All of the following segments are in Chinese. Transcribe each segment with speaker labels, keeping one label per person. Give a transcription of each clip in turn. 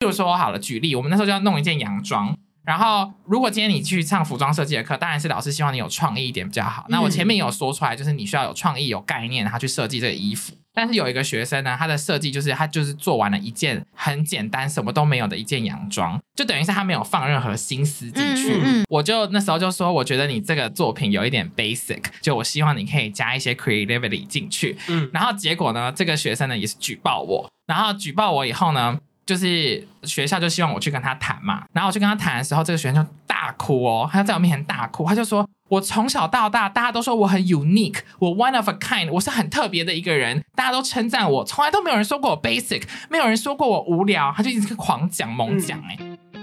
Speaker 1: 譬如说好了，举例，我们那时候就要弄一件洋装。然后，如果今天你去上服装设计的课，当然是老师希望你有创意一点比较
Speaker 2: 嗯
Speaker 1: 好。那我前面有说出来，就是你需要有创意、有概念，然后去设计这个衣服。但是有一个学生呢，他的设计就是他就是做完了一件很简单、什么都没有的一件洋装，就等于是他没有放任何心思进去。
Speaker 2: 嗯嗯嗯
Speaker 1: 我就那时候就说，我觉得你这个作品有一点 basic，就我希望你可以加一些 creativity 进去。
Speaker 3: 嗯，
Speaker 1: 然后结果呢，这个学生呢也是举报我，然后举报我以后呢，就是学校就希望我去跟他谈嘛，然后我去跟他谈的时候，这个学生就大哭哦，他就在我面前大哭，他就说。我从小到大，大家都说我很 unique，我 one of a kind，我是很特别的一个人，大家都称赞我，从来都没有人说过我 basic，没有人说过我无聊，他就一直狂讲猛讲、
Speaker 3: 嗯
Speaker 1: 哎、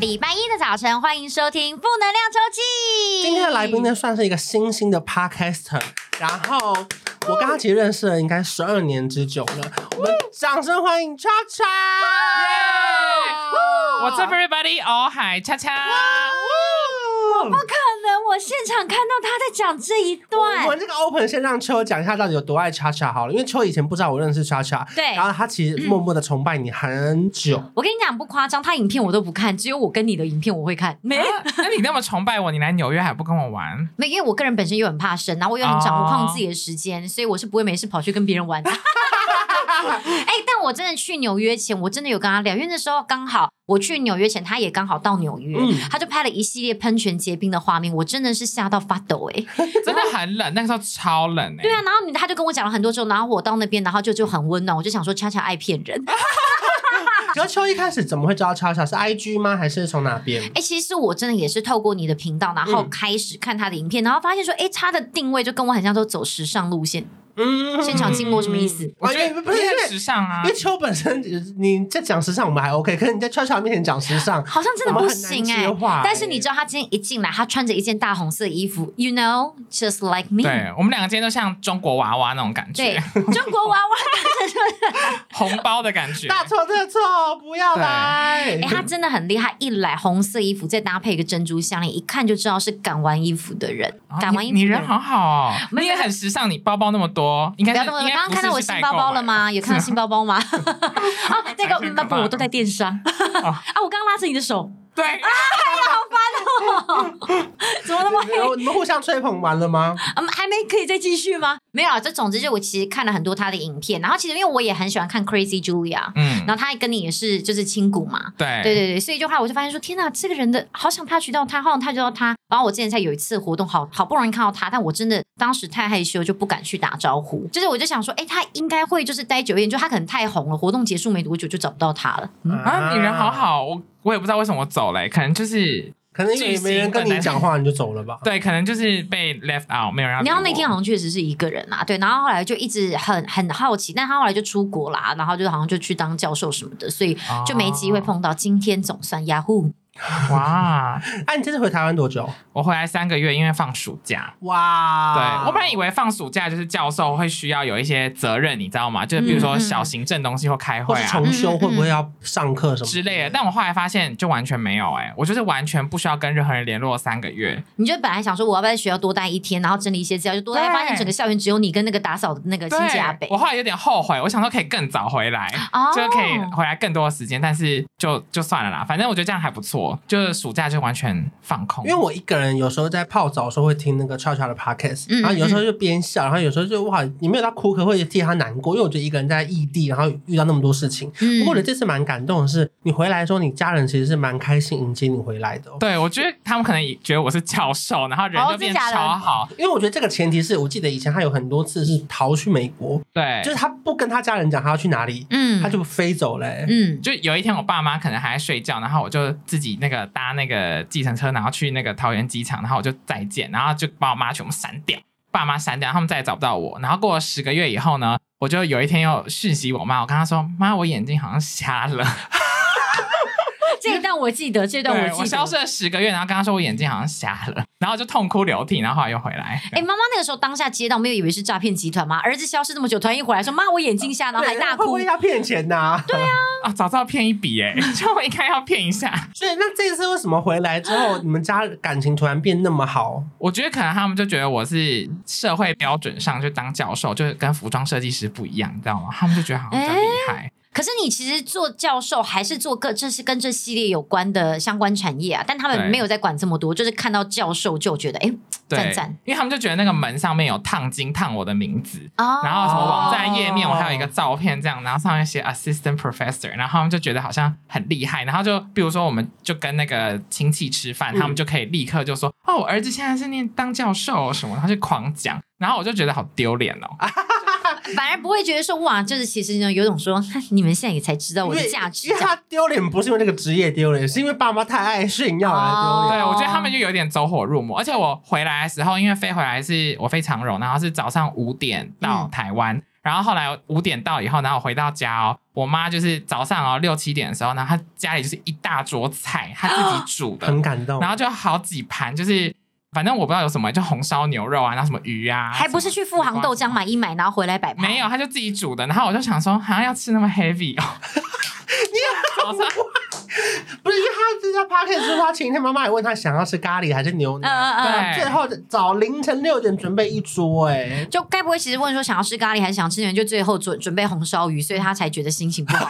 Speaker 2: 礼拜一的早晨，欢迎收听《负能量周记》。
Speaker 3: 今天的来宾呢，算是一个新兴的 podcaster，然后我跟他其实认识了应该十二年之久了。我们掌声欢迎叉叉！
Speaker 1: What's everybody all hi 恰恰，
Speaker 2: 不可能，我现场看到他在讲这一
Speaker 3: 我
Speaker 2: 段
Speaker 3: 们。这个 open 先让秋讲一下到底有多爱叉叉好了，因为秋以前不知道我认识叉叉，
Speaker 2: 对嗯
Speaker 3: 然后他其实默默的崇拜你很久，
Speaker 2: 我跟你讲不夸张，他影片我都不看，只有我跟你的影片我会看。没
Speaker 1: 啊那你那么崇拜我，你来纽约还不跟我玩？
Speaker 2: 没，因为我个人本身又很怕生，然后我又很掌
Speaker 3: 哦
Speaker 2: 握控制自己的时间，所以我是不会没事跑去跟别人玩。 哎、但我真的去纽约前，我真的有跟他聊，因为那时候刚好我去纽约前，他也刚好到纽约，
Speaker 3: 嗯
Speaker 2: 他就拍了一系列喷泉结冰的画面，我真的是吓到发抖哎、
Speaker 1: 真的很冷，那个时候超冷哎、
Speaker 2: 对啊，然后你他就跟我讲了很多之后，然后我到那边，然后就就很温暖，我就想说恰恰爱骗人。
Speaker 3: 可是秋一开始怎么会知道叉叉是 IG 吗？还是从哪边？
Speaker 2: 哎、其实我真的也是透过你的频道，然后
Speaker 3: 嗯
Speaker 2: 开始看他的影片，然后发现说，哎、他的定位就跟我很像，都走时尚路线。
Speaker 3: 嗯
Speaker 2: 现场静默什么意思？
Speaker 1: 嗯我觉
Speaker 3: 啊因为
Speaker 1: 得
Speaker 3: 不是因为
Speaker 1: 很时尚啊
Speaker 3: 因为。秋本身呃你在讲时尚我们还 OK，可是你在秋乔面前讲时尚，
Speaker 2: 好像真的不行哎、
Speaker 3: 我们很难接话欸
Speaker 2: 但是你知道，他今天一进来，他穿着一件大红色的衣服，you know just like me。
Speaker 1: 对我们两个今天都像中国娃娃那种感
Speaker 2: 对
Speaker 1: 觉，
Speaker 2: 中国娃娃，
Speaker 1: 红包的感觉。
Speaker 3: 大错特错，不要来
Speaker 2: 哎、。 他真的很厉害，一来红色衣服，再搭配一个珍珠项链，一看就知道是敢玩衣服的人。
Speaker 1: 哦
Speaker 2: 敢玩衣
Speaker 1: 你
Speaker 2: 服的
Speaker 1: 你人好好哦，
Speaker 2: 没有
Speaker 1: 你也很时尚，你包包那么多，应该
Speaker 2: 不
Speaker 1: 是
Speaker 2: 要这么，
Speaker 1: 应
Speaker 2: 刚
Speaker 1: 该
Speaker 2: 刚
Speaker 1: 不
Speaker 2: 看
Speaker 1: 是
Speaker 2: 到我
Speaker 1: 是
Speaker 2: 新
Speaker 1: 代
Speaker 2: 包
Speaker 1: 购
Speaker 2: 包
Speaker 1: 吧
Speaker 2: 了？吗？有看到新包 包吗？啊，那个
Speaker 1: 讲
Speaker 2: 嗯
Speaker 1: 干
Speaker 2: 不，
Speaker 1: 嘛
Speaker 2: 我都在电商。
Speaker 1: 哦
Speaker 2: 啊，我刚刚拉着你的手，
Speaker 1: 对，
Speaker 2: 啊怎么那么
Speaker 3: 然后你们互相吹捧完了吗？
Speaker 2: 嗯，还没可以再继续吗？没有啊，这总之就我其实看了很多他的影片，然后其实因为我也很喜欢看 Crazy Julia，
Speaker 1: 嗯，
Speaker 2: 然后他跟你也是就是亲骨嘛，
Speaker 1: 对
Speaker 2: 对对对，所以就后来我就发现说，天哪，这个人的好想 touch 到他，好想 touch 到他。然后我之前才有一次活动，好好不容易看到他，但我真的当时太害羞，就不敢去打招呼。就是我就想说，哎，他应该会就是待久一点，就他可能太红了，活动结束没多久就找不到他了。嗯，
Speaker 1: 啊，你人好，好，我我也不知道为什么我走了，可能就是
Speaker 3: 可能也没人跟你讲话，你就走了吧。
Speaker 1: 对，可能就是被 left out，没有人要理我。
Speaker 2: 然后那天好像确实是一个人啦，对，然后后来就一直很很好奇，但他后来就出国啦，然后就好像就去当教授什么的，所以就没
Speaker 1: 哦
Speaker 2: 机
Speaker 1: 啊
Speaker 2: 会碰到。今天总算 Yahoo，
Speaker 1: 哇，
Speaker 3: 哎、你这次回台湾多久？
Speaker 1: 我回来三个月，因为放暑假。
Speaker 2: 啊
Speaker 3: 哇，
Speaker 1: 对我本来以为放暑假就是教授会需要有一些责任，你知道吗？就是比如
Speaker 2: 嗯
Speaker 1: 说小行政东西或开
Speaker 3: 或
Speaker 1: 会
Speaker 3: 是
Speaker 1: 啊
Speaker 3: 重修会不会要上课什么
Speaker 1: 之类的，？但我后来发现就完全没有哎、我就是完全不需要跟任何人联络三个月。
Speaker 2: 你就本来想说我要不要在学校多待一天，然后整理一些资料，就多待，
Speaker 1: 对
Speaker 2: 发现整个校园只有你跟那个打扫的那个
Speaker 1: 对
Speaker 2: 清洁阿北，
Speaker 1: 我后来有点后悔，我想说可以更早回来，
Speaker 2: 哦
Speaker 1: 就可以回来更多的时间，但是就就算了啦，反正我觉得这样还不错，就是暑假就完全放空。
Speaker 3: 因为我一个人有时候在泡澡的时候会听那个悄悄的 podcast，、
Speaker 2: 嗯
Speaker 3: 然后有时候就边笑，然后有时候就哇，你没有到哭，可会替他难过，因为我觉得一个人在异地，然后遇到那么多事情。
Speaker 2: 嗯
Speaker 3: 不过我觉得这次蛮感动的是，你回来的时候，你家人其实是蛮开心迎接你回来的哦、
Speaker 1: 对，我觉得他们可能也觉得我是教授，然后人
Speaker 2: 哦
Speaker 1: 就变
Speaker 2: 真假的
Speaker 1: 超好。
Speaker 3: 因为我觉得这个前提是我记得以前他有很多次是逃去美国，
Speaker 1: 对，
Speaker 3: 就是他不跟他家人讲他要去哪里，
Speaker 2: 嗯
Speaker 3: 他就飞走欸嘞、
Speaker 2: 嗯，
Speaker 1: 就有一天，我爸妈可能还在睡觉，然后我就自己那个搭那个计程车，然后去那个桃园机场，然后我就再见，然后就把我妈全部删掉，爸妈删掉，他们再也找不到我。然后过了十个月以后呢，我就有一天又讯息我妈，我跟她说：“妈，我眼睛好像瞎了。
Speaker 2: 这 这一段我记 得，这一段
Speaker 1: 对
Speaker 2: 记
Speaker 1: 我
Speaker 2: 得。
Speaker 1: 消失了十个月，然后跟他说我眼睛好像瞎了，然后就痛哭流涕，然后后来又回来。
Speaker 2: 哎、妈妈那个时候当下接到，没有以为是诈骗集团嘛？儿子消失这么久，突然一回来说：“妈，我眼睛瞎，然后还大
Speaker 3: 会不
Speaker 2: 哭
Speaker 3: 会。要骗钱呐、对啊，
Speaker 1: 啊，早知道骗一笔哎、 就我应该要骗一下。
Speaker 3: 所以那这次为什么回来之后，你们家感情突然变那么好？
Speaker 1: 我觉得可能他们就觉得我是社会标准上就当教授，就是跟服装设计师不一样，你知道吗？他们就觉得好像
Speaker 2: 哎
Speaker 1: 比较厉害。”
Speaker 2: 可是你其实做教授还是做各，这是跟这系列有关的相关产业啊，但他们
Speaker 1: 对
Speaker 2: 没有在管这么多，就是看到教授就觉得哎，赞
Speaker 1: 对
Speaker 2: 赞，
Speaker 1: 因为他们就觉得那个门上面有烫金烫我的名字，
Speaker 2: 哦，
Speaker 1: 然后什么网站页面，我还有一个照片这样，然后上面写 assistant professor，然后他们就觉得好像很厉害，然后就比如说我们就跟那个亲戚吃饭，
Speaker 3: 嗯
Speaker 1: 他们就可以立刻就说，哦，我儿子现在是念当教授什么，他就狂讲，然后我就觉得好丢脸哦，
Speaker 2: 反而不会觉得说哇，就是其实呢有种说 你们现在也才知道
Speaker 3: 因
Speaker 2: 我的
Speaker 3: 为
Speaker 2: 价值
Speaker 3: 因为，他丢脸不是因为这个职业丢脸，是因为爸妈太爱炫耀而丢
Speaker 2: 哦
Speaker 3: 脸。
Speaker 1: 对我觉得他们就有点走火入魔，而且我回来的时候，因为飞回来是我飞长荣，然后是早上五点到
Speaker 2: 嗯
Speaker 1: 台湾。然后后来五点到以后，然后我回到家哦，我妈就是早上哦六七点的时候，然后她家里就是一大桌菜，她自己煮的，
Speaker 3: 很感动
Speaker 1: 然。后就好几盘，就是反正我不知道有什么，就红烧牛肉啊，然后什么鱼啊，
Speaker 2: 还不是去富航豆浆
Speaker 1: 吗？
Speaker 2: 买一买，然后回来摆盘，
Speaker 1: 没有，他就自己煮的。然后我就想说，好、啊像要吃那么 heavy 哦。你早上
Speaker 3: 不是因为他这家 p a r k 说他前一天妈妈也问他想要吃咖喱还是牛
Speaker 2: 嗯，
Speaker 3: 奶，
Speaker 2: 嗯嗯嗯。
Speaker 1: 对
Speaker 3: 最后早凌晨六点准备一桌、哎，
Speaker 2: 就该不会其实问说想要吃咖喱还是想吃牛，就最后准准备红烧鱼，所以他才觉得心情不好，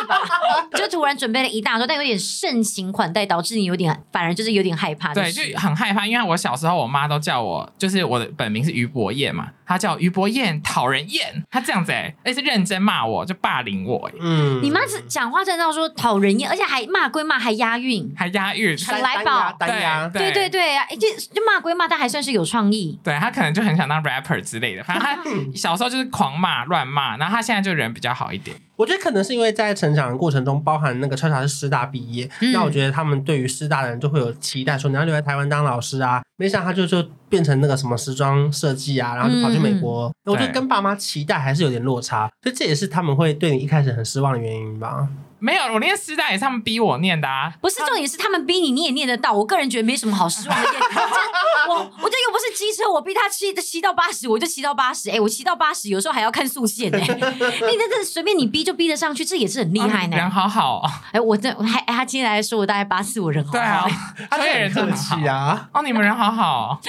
Speaker 2: 是吧？ 就突然准备了一大桌，但有点盛情款待，导致你有点反而就是有点害怕。
Speaker 1: 对，
Speaker 2: 是
Speaker 1: 就很害怕，因为我小时候我妈都叫我，就是我的本名是于博彦嘛，她叫我于博彦，讨人厌。她这样子哎、欸，而且是认真骂我，就霸凌我、欸，
Speaker 3: 嗯
Speaker 2: 你妈只讲话真的要说讨人厌，而且还骂归骂，还押韵。
Speaker 1: 还押韵。她
Speaker 2: 是
Speaker 3: 单
Speaker 2: 来
Speaker 3: 单压
Speaker 2: 宝
Speaker 3: 单压，
Speaker 2: 对对对啊，哎就就骂归骂，但还算是有创意。
Speaker 1: 对他可能就很想当 rapper 之类的，反正他小时候就是狂骂乱骂，然后他现在就人比较好一点。
Speaker 3: 我觉得可能是因为在成长的过程中，包含那个超超是师大毕业，
Speaker 2: 嗯
Speaker 3: 那我觉得他们对于师大的人就会有期待，说你要留在台湾当老师啊。没想到他就就变成那个什么时装设计啊，然后就
Speaker 2: 嗯
Speaker 3: 跑去美国。那我觉得
Speaker 1: 对
Speaker 3: 跟爸妈期待还是有点落差，所以这也是他们会对你一开始很失望的原因吧。
Speaker 1: 没有，我念师大也是他们逼我念的啊。
Speaker 2: 不是重点是他们逼你，你也念得到。我个人觉得没什么好失望的。这我我这又不是机车，我逼他骑骑到八十，我就骑到八十。哎，我骑到八十，有时候还要看速 限呢、你这这随便你逼就逼得上去，这也是很厉害呢、
Speaker 1: 人好好、哦，
Speaker 2: 哎，我这我还哎他今天来说我大概八四，我人好好。
Speaker 1: 对 啊，
Speaker 3: 他
Speaker 1: 所以
Speaker 3: 很
Speaker 1: 人真
Speaker 3: 客
Speaker 1: 的好
Speaker 3: 气啊。
Speaker 1: 哦，你们人好好、哦，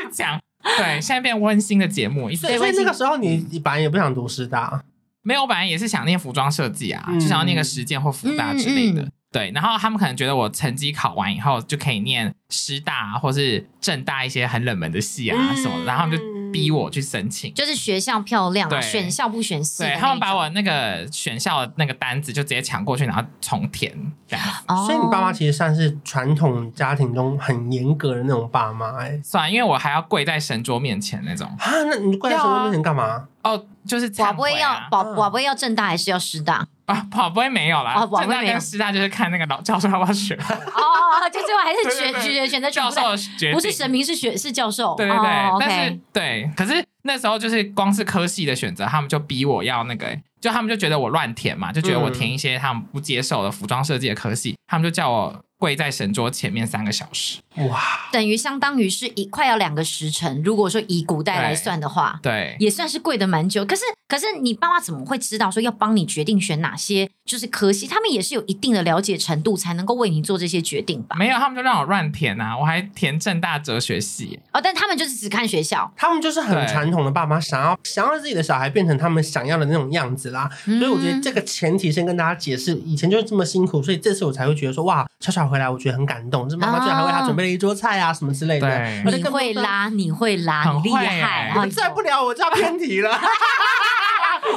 Speaker 1: 一直讲。对，现在变温馨的节目，一直
Speaker 3: 所以所以那个时候你你本来也不想读师大，
Speaker 1: 没有，我本来也是想念服装设计啊，
Speaker 3: 嗯
Speaker 1: 就想要念个实践或福大之类的。
Speaker 2: 嗯嗯
Speaker 1: 对，然后他们可能觉得我成绩考完以后就可以念师大啊或是正大一些很冷门的系啊
Speaker 3: 嗯
Speaker 1: 什么的，然后他们就逼我去申请。
Speaker 2: 就是学校漂亮啊，
Speaker 1: 对
Speaker 2: 选校不选系的那
Speaker 1: 对
Speaker 2: 一种。
Speaker 1: 他们把我那个选校的那个单子就直接抢过去，然后重填这样子。
Speaker 2: 哦，
Speaker 3: 所以你爸妈其实算是传统家庭中很严格的那种爸妈哎、
Speaker 1: 算了，因为我还要跪在神桌面前那种。
Speaker 3: 啊，那你跪在神桌面前干嘛？
Speaker 1: 哦，就是
Speaker 2: 宝
Speaker 1: 忏
Speaker 2: 贝
Speaker 1: 悔
Speaker 2: 要
Speaker 1: 啊！
Speaker 2: 宝
Speaker 3: 嗯
Speaker 2: 宝贝要正大还是要 师大？
Speaker 1: 啊，宝贝没有啦，
Speaker 2: 哦宝贝
Speaker 1: 正大
Speaker 2: 没有
Speaker 1: 跟师大就是看那个老教授要不要 选，
Speaker 2: 哦，就最后还是
Speaker 1: 对
Speaker 2: 选
Speaker 1: 对对
Speaker 2: 选选择全
Speaker 1: 教
Speaker 2: 部
Speaker 1: 授
Speaker 2: 在
Speaker 1: 的决定
Speaker 2: 不是神明是学是教授。
Speaker 1: 对对对，
Speaker 2: 哦，OK
Speaker 1: 但是对，可是那时候就是光是科系的选择，他们就逼我要那个，就他们就觉得我乱填嘛，就觉得我填一些他们不接受的服装设计的科系，他们就叫我跪在神桌前面三个小时。
Speaker 3: 哇，
Speaker 2: 等于相当于是一快要两个时辰。如果说以古代来算的话，
Speaker 1: 对，
Speaker 2: 也算是贵的蛮久。可是，可是你爸妈怎么会知道说要帮你决定选哪些就是科系？他们也是有一定的了解程度，才能够为你做这些决定吧？
Speaker 1: 没有，他们就让我乱填啊，我还填正大哲学
Speaker 3: 嗯
Speaker 1: 系。
Speaker 2: 哦，但他们就是只看学校，
Speaker 3: 他们就是很
Speaker 1: 对
Speaker 3: 传统的爸妈，想要想要自己的小孩变成他们想要的那种样子啦。所以我觉得
Speaker 2: 嗯
Speaker 3: 这个前提先跟大家解释，以前就是这么辛苦，所以这次我才会觉得说哇，巧巧回来，我觉得很感动，这妈妈居然还为他准备了一桌菜啊什么之类的
Speaker 1: 对。
Speaker 3: 而
Speaker 2: 哦
Speaker 3: 且
Speaker 2: 你
Speaker 3: 更
Speaker 2: 会，拉，你会拉，
Speaker 1: 很
Speaker 2: 你厉
Speaker 1: 会欸
Speaker 2: 害，然后
Speaker 3: 再不聊我就要偏题了。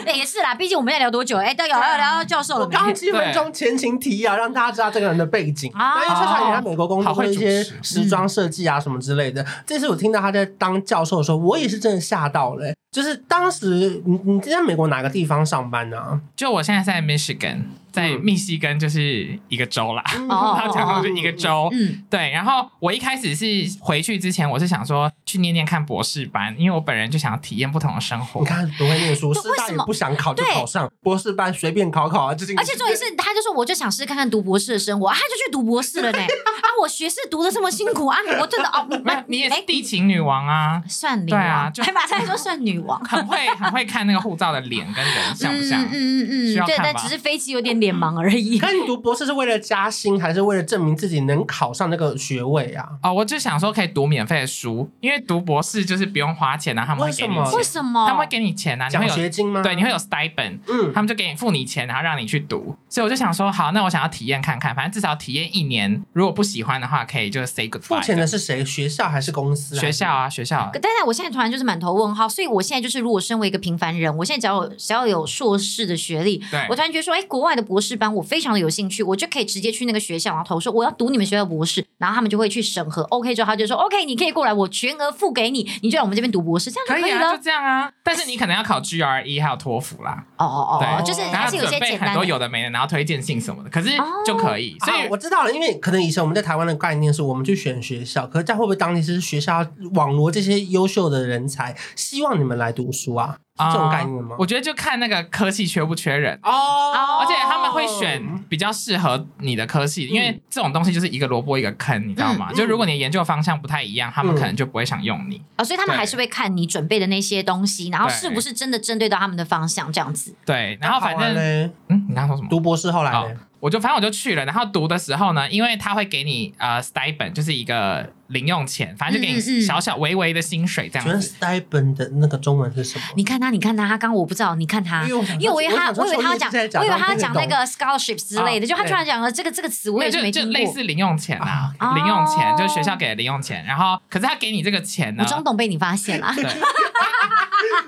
Speaker 2: 哎也是啦，毕竟我们要聊多久？哎，都有要聊到教授
Speaker 3: 我
Speaker 2: 了没？
Speaker 3: 刚七分钟前情提要，让大家知道这个人的背景。
Speaker 2: 啊
Speaker 3: 那因为恰恰也在美国工作，
Speaker 1: 好
Speaker 3: 会
Speaker 1: 会
Speaker 3: 一
Speaker 1: 主持
Speaker 3: 些时装设计啊什么之类的。这次我听到他在当教授的时候，我也是真的吓到了欸、就是当时你你在美国哪个地方上班呢、啊？
Speaker 1: 就我现在在 Michigan，在密西根就是一个州啦，
Speaker 2: 嗯
Speaker 1: 嗯
Speaker 2: 哦
Speaker 1: 他讲过就一个州。
Speaker 2: 嗯，
Speaker 1: 对，然后我一开始是回去之前，我是想说去念念看博士班，因为我本人就想要体验不同的生活
Speaker 3: 你。看不会念书，
Speaker 2: 对
Speaker 3: 师大
Speaker 2: 为什
Speaker 3: 也
Speaker 2: 么
Speaker 3: 不想考就
Speaker 2: 对
Speaker 3: 考上，博士班随便考考啊，就是
Speaker 2: 而且重点是，他就说我就想试看看读博士的生活，啊、他就去读博士 了呢。啊，我学士读的这么辛苦啊，我真的哦，
Speaker 1: 那、你也是地勤女王啊，
Speaker 2: 算女
Speaker 1: 对啊
Speaker 2: 王，
Speaker 1: 就
Speaker 2: 还把他说算女王。
Speaker 1: 很会很会看那个护照的脸跟人 像不像？啊
Speaker 2: 嗯嗯嗯
Speaker 1: 需
Speaker 2: 嗯，
Speaker 1: 要
Speaker 2: 对，
Speaker 1: 看
Speaker 2: 但
Speaker 1: 吧
Speaker 2: 只是飞机有点脸盲而 已。
Speaker 3: 可是你读博士是为了加薪，还是为了证明自己能考上那个学位啊？
Speaker 1: 哦，我就想说可以读免费的书，因为读博士就是不用花钱啊，他们会给你
Speaker 3: 为什么
Speaker 1: 钱
Speaker 2: 为，什么？
Speaker 1: 他们会给你钱啊，你会
Speaker 3: 奖
Speaker 1: 有
Speaker 3: 学金吗？
Speaker 1: 对，你会有 stipend，
Speaker 3: 嗯
Speaker 1: 他们就给你付你钱，然后让你去读。所以我就想说，好，那我想要体验看看，反正至少体验一年，如果不喜欢的话，可以就是 say
Speaker 3: 付
Speaker 1: goodbye。
Speaker 3: 钱的是谁？学校还是公司？
Speaker 1: 学校。啊，学校
Speaker 2: 可但是我现在突然就是满头问号，所以我现在就是，如果身为一个平凡人，我现在只要有只要有硕士的学历，
Speaker 1: 对
Speaker 2: 我突然觉得说，哎，国外的博士班我非常的有兴趣，我就可以直接去那个学校，然后投说我要读你们学校的博士，然后他们就会去审核，OK 之后他就说 OK，你可以过来，我全额付给你，你就来我们这边读博士，这样就
Speaker 1: 可以
Speaker 2: 了。
Speaker 1: 啊，就这样啊。但是你可能要考 GRE 还有托福啦，
Speaker 2: 哦哦哦，
Speaker 1: 对
Speaker 2: 就是
Speaker 1: 然
Speaker 2: 还
Speaker 1: 后
Speaker 2: 是有一
Speaker 1: 准
Speaker 2: 些
Speaker 1: 备
Speaker 2: 简
Speaker 1: 很
Speaker 2: 单
Speaker 1: 多
Speaker 2: 的。哦
Speaker 1: 有的没的，然后推荐信什么的，可是就可以。所
Speaker 3: 啊
Speaker 1: 以，
Speaker 3: 我知道了，因为可能以前我们在台湾的概念是我们去选学校，可是在会不会当地是学校网罗这些优秀的人才，希望你们来读书啊？是这种
Speaker 1: 啊
Speaker 3: 概念吗？
Speaker 1: 我觉得就看那个科系缺不缺人。
Speaker 3: 哦
Speaker 1: 而且他们会
Speaker 2: 哦
Speaker 1: 选比较适合你的科系，因为这种东西就是一个萝卜一个坑，你知道吗？
Speaker 3: 嗯
Speaker 1: 就如果你的研究方向不太一样，他们
Speaker 3: 嗯
Speaker 1: 可能就不会想用你。
Speaker 2: 哦，所以他们还是会看你准备的那些东西，然后
Speaker 1: 对
Speaker 2: 是不是真的针对到他们的方向这样子。
Speaker 1: 对，然后反
Speaker 3: 那考完
Speaker 1: 正
Speaker 3: 啊嘞
Speaker 1: 嗯，你刚刚说什么？
Speaker 3: 读博士后来
Speaker 1: 好
Speaker 3: 嘞，
Speaker 1: 我就反正我就去了，然后读的时候呢，因为他会给你呃 stipend，就是一个零用钱，反正就给你
Speaker 2: 嗯嗯嗯
Speaker 1: 小小微微的薪水这
Speaker 3: 请问
Speaker 1: 样子。
Speaker 3: stipend 的那个中文是什么？
Speaker 2: 你看他，你看他，他刚刚我不知道，你看他，
Speaker 3: 因为我想说
Speaker 2: 因为我以为他，
Speaker 3: 我想说
Speaker 2: 我以为他要
Speaker 3: 你是
Speaker 2: 讲，
Speaker 3: 在讲
Speaker 2: 我以为
Speaker 3: 到
Speaker 2: 他要
Speaker 3: 听得
Speaker 2: 讲那
Speaker 3: 懂
Speaker 2: 个 scholarship 之类的，
Speaker 1: 啊
Speaker 2: 就他
Speaker 3: 对
Speaker 2: 突然讲了这个这个词，我
Speaker 1: 没有
Speaker 2: 也是
Speaker 1: 就
Speaker 2: 没
Speaker 1: 就
Speaker 2: 听
Speaker 1: 类
Speaker 2: 过。
Speaker 1: 似零用钱啊，
Speaker 2: 啊
Speaker 1: 零用钱就是学校给的零用钱。然后，可是他给你这个钱呢
Speaker 2: 吴，中董被你发现啊了，
Speaker 1: 对，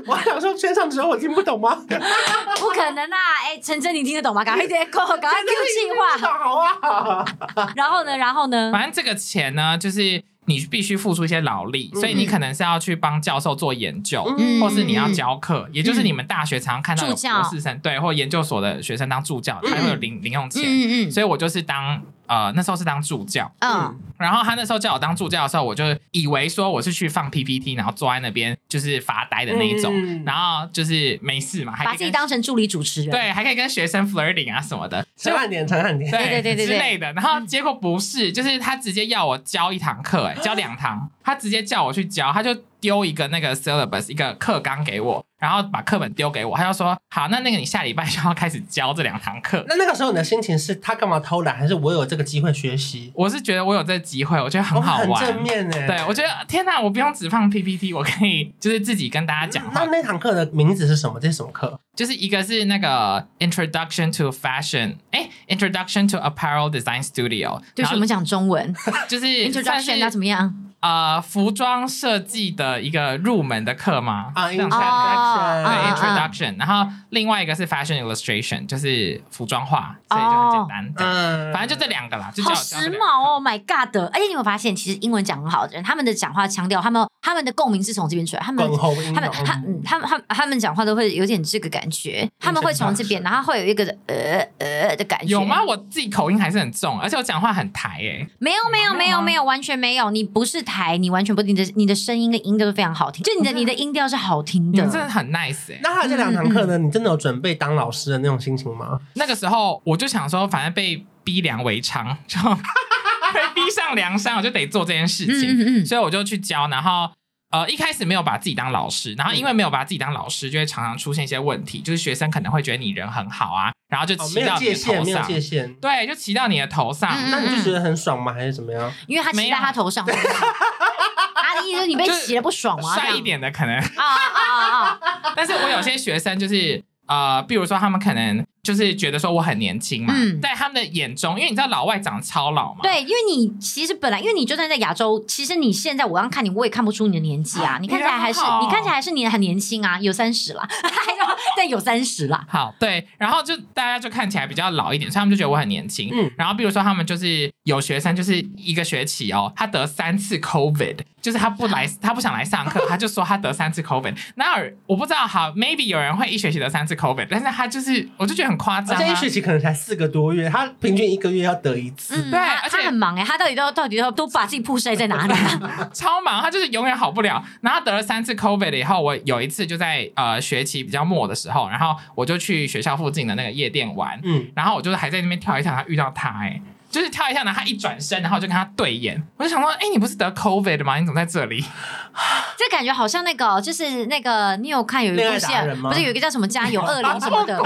Speaker 3: 我还想说圈上只有我听不懂吗？
Speaker 2: 不可能啊！哎，陈真，你听得懂吗？赶快点， 赶快 Q 计划。
Speaker 3: 好啊，
Speaker 2: 然后呢，然后呢？
Speaker 1: 反正这个钱呢，就是你必须付出一些劳力，
Speaker 3: 嗯
Speaker 1: 所以你可能是要去帮教授做研究，
Speaker 2: 嗯
Speaker 1: 或是你要教课，也
Speaker 3: 嗯
Speaker 1: 就是你们大学常常看到有
Speaker 2: 助教
Speaker 1: 博士生对或研究所的学生当助教，他会有零零用钱。
Speaker 2: 嗯嗯
Speaker 1: 所以我就是当呃那时候是当助教，
Speaker 2: 嗯
Speaker 1: 然后他那时候叫我当助教的时候，我就以为说我是去放 PPT，然后坐在那边就是发呆的那一种，
Speaker 3: 嗯
Speaker 1: 然后就是没事嘛，还可以
Speaker 2: 把自己
Speaker 1: 跟
Speaker 2: 当成助理主持人。
Speaker 1: 对，还可以跟学生 flirting 啊什么的，
Speaker 3: 陈汉典，陈汉典，
Speaker 2: 对
Speaker 1: 对
Speaker 2: 对对对
Speaker 1: 之类的。然后结果不是，就是他直接要我教一堂课，哎，教两堂，他直接叫我去教，他就丢一个那个 syllabus 一个课纲给我，然后把课本丢给我，他就说好，那那个你下礼拜就要开始教这两堂课。
Speaker 3: 那那个时候你的心情是他干嘛偷懒，还是我有这个机会学习？
Speaker 1: 我是觉得我有这机会，我觉得很
Speaker 3: 哦
Speaker 1: 好玩，
Speaker 3: 很正面呢。
Speaker 1: 对，我觉得天哪，我不用只放 PPT，我可以就是自己跟大家讲
Speaker 3: 那
Speaker 1: 话。
Speaker 3: 那堂课的名字是什么？这是什么课？
Speaker 1: 就是一个是那个 Introduction to Fashion，哎，Introduction to Apparel Design Studio，
Speaker 2: 对，
Speaker 1: 然
Speaker 2: 我
Speaker 1: 后
Speaker 2: 们讲中文
Speaker 1: 就是算是
Speaker 2: ？Introduction 要怎么样？
Speaker 1: 呃服装设计的一个入门的课吗？
Speaker 3: 啊
Speaker 1: 这样
Speaker 2: 哦
Speaker 1: 算吗对
Speaker 2: 啊啊啊
Speaker 1: ，Introduction，然后另外一个是 Fashion Illustration，就是服装画，所以就很简单。这样
Speaker 3: 嗯
Speaker 1: 反正就这两个啦，嗯就叫
Speaker 2: 哦好
Speaker 1: 我
Speaker 2: 时髦哦，My God！而且你有没有发现，其实英文讲很好的人，他们的讲话腔调，他们他们的共鸣是从这边出来，他们
Speaker 3: 滚红音
Speaker 1: 哦
Speaker 2: 他们
Speaker 3: 的
Speaker 2: 他嗯他们他们他们讲话都会有点这个感觉，他们会从这边，然后会有一个呃呃的感觉。
Speaker 1: 有吗？？我自己口音还是很重，而且我讲话很台诶、
Speaker 2: 没有没有没有没有，完全没有。你不是台，你完全不，你的你的声音跟音调都非常好听，就你的你的音调是好听
Speaker 1: 嗯你
Speaker 2: 的
Speaker 1: 们。真的很 nice 诶、
Speaker 3: 那还有这两堂课
Speaker 1: 嗯
Speaker 3: 呢？你真的有准备当老师的那种心情吗？
Speaker 1: 那个时候我就想说，反正被逼良为娼，就 被逼上梁山，我就得做这件事情，
Speaker 2: 嗯嗯嗯
Speaker 1: 所以我就去教。然后呃，一开始没有把自己当老师，然后因为没有把自己当老师，就会常常出现一些问题，就是学生可能会觉得你人很好啊，然后就
Speaker 3: 哦，
Speaker 1: 骑
Speaker 3: 没有
Speaker 1: 到你
Speaker 3: 界
Speaker 1: 的头
Speaker 3: 限，没有
Speaker 1: 上，嗯
Speaker 3: 界限。
Speaker 1: 对，就骑到你的头上。
Speaker 2: 嗯
Speaker 3: 那你就觉得很爽吗？还是怎么样？
Speaker 2: 因为他骑在他 头上，他的意思是你被骑了不爽吗？
Speaker 1: 帅一点的可能，
Speaker 2: 这样啊啊啊啊！
Speaker 1: 但是我有些学生就是呃，比如说他们可能就是觉得说我很年轻嘛，
Speaker 2: 嗯
Speaker 1: 在他们的眼中，因为你知道老外长得超老嘛，
Speaker 2: 对，因为你其实本来，因为你就算在亚洲，其实你现在我刚看你，我也看不出你的年纪啊，你看起来还是
Speaker 1: 你人好
Speaker 2: 你看起来还是你很年轻啊，有三十 啦，但有三十啦。
Speaker 1: 好，对，然后就大家就看起来比较老一点，所以他们就觉得我很年轻。
Speaker 3: 嗯
Speaker 1: 然后比如说他们就是有学生，就是一个学期哦，他得三次 COVID，就是他不来，他不想来上课，他就说他得三次 COVID。那有我不知道，好，maybe 有人会一学期得三次 COVID，但是他就是，我就觉得很夸
Speaker 3: 而
Speaker 1: 张、啊。
Speaker 3: 且一学期可能才四个多月，他平均一个月要得一次。
Speaker 2: 嗯，
Speaker 1: 对
Speaker 2: 他
Speaker 1: 而且
Speaker 2: 他很忙哎、他到底都到底都都把自己曝晒在哪里、啊？
Speaker 1: 超忙，他就是永远好不了。然后得了三次 COVID 了以后，我有一次就在呃学期比较末的时候，然后我就去学校附近的那个夜店玩，
Speaker 3: 嗯，
Speaker 1: 然后我就是还在那边跳一跳，然后遇到他、哎，就是跳一跳，然后他一转身，然后我就跟他对眼，我就想说，哎、你不是得 COVID 吗？你怎么在这里？
Speaker 2: 这感觉好像那个哦就是那个，你有看有一
Speaker 3: 恋爱
Speaker 2: 部戏啊
Speaker 3: 达人吗
Speaker 2: 不是有一个叫什 么 家有恶灵什么的，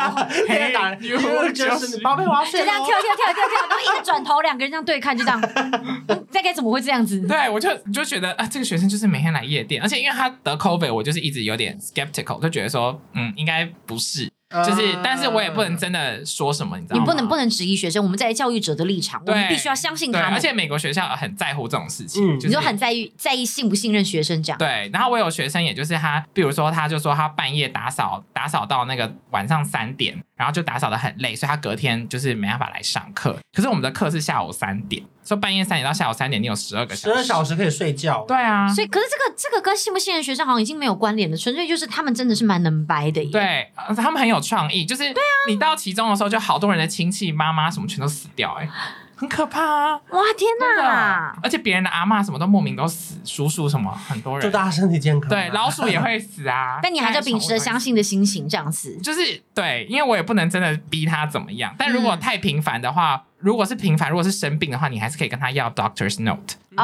Speaker 3: 天打人，因为就是宝贝，我要
Speaker 2: 就
Speaker 3: 睡
Speaker 2: 这
Speaker 3: 了
Speaker 2: 样
Speaker 3: 哦。
Speaker 2: 跳跳跳跳跳，然后一直转头，两个人这样对看，就 这样，嗯大概怎么会这样子？
Speaker 1: 对，我就就觉得啊，这个学生就是每天来夜店，而且因为他得 COVID，我就是一直有点 skeptical，就觉得说，嗯，应该不是，就是，但是我也不能真的说什么，你知道
Speaker 2: 呃你
Speaker 1: 吗？
Speaker 2: 不能不能质疑学生，我们在教育者的立场，我
Speaker 1: 对
Speaker 2: 们必须要相信
Speaker 1: 对，
Speaker 2: 他
Speaker 1: 而
Speaker 2: 们。
Speaker 1: 且美国学校很在乎这种事情，
Speaker 3: 嗯
Speaker 1: 就是
Speaker 2: 你就很在意在意信不信任学生这样，
Speaker 1: 对。然后我有学生，也就是他，比如说他就说他半夜打扫，打扫到那个晚上三点，然后就打扫的很累，所以他隔天就是没办法来上课。可是我们的课是下午三点，说半夜三点到下午三点，你有十二个
Speaker 3: 十二小时可以睡觉。
Speaker 1: 对啊，
Speaker 2: 所以可是这个这个跟信不信任学生好像已经没有关联了，纯粹就是他们真的是蛮能掰的耶。
Speaker 1: 对，呃他们很有创意，就是
Speaker 2: 啊
Speaker 1: 你到其中的时候，就好多人的亲戚、妈妈什么全都死掉、哎，很可怕啊！
Speaker 2: 哇天
Speaker 1: 真的
Speaker 2: 哪，！
Speaker 1: 而且别人的阿嬷什么都莫名都死，叔叔什么很多
Speaker 3: 祝
Speaker 1: 人，
Speaker 3: 大家身体健康。啊
Speaker 1: 对，老鼠也会死啊。
Speaker 2: 但你还是秉持着相
Speaker 1: 信，
Speaker 2: 信的心情这样子。
Speaker 1: 就是对，因为我也不能真的逼他怎么样。但如果
Speaker 2: 嗯
Speaker 1: 太频繁的话，如果是频繁，如果是生病的话，你还是可以跟他要 doctor's note，就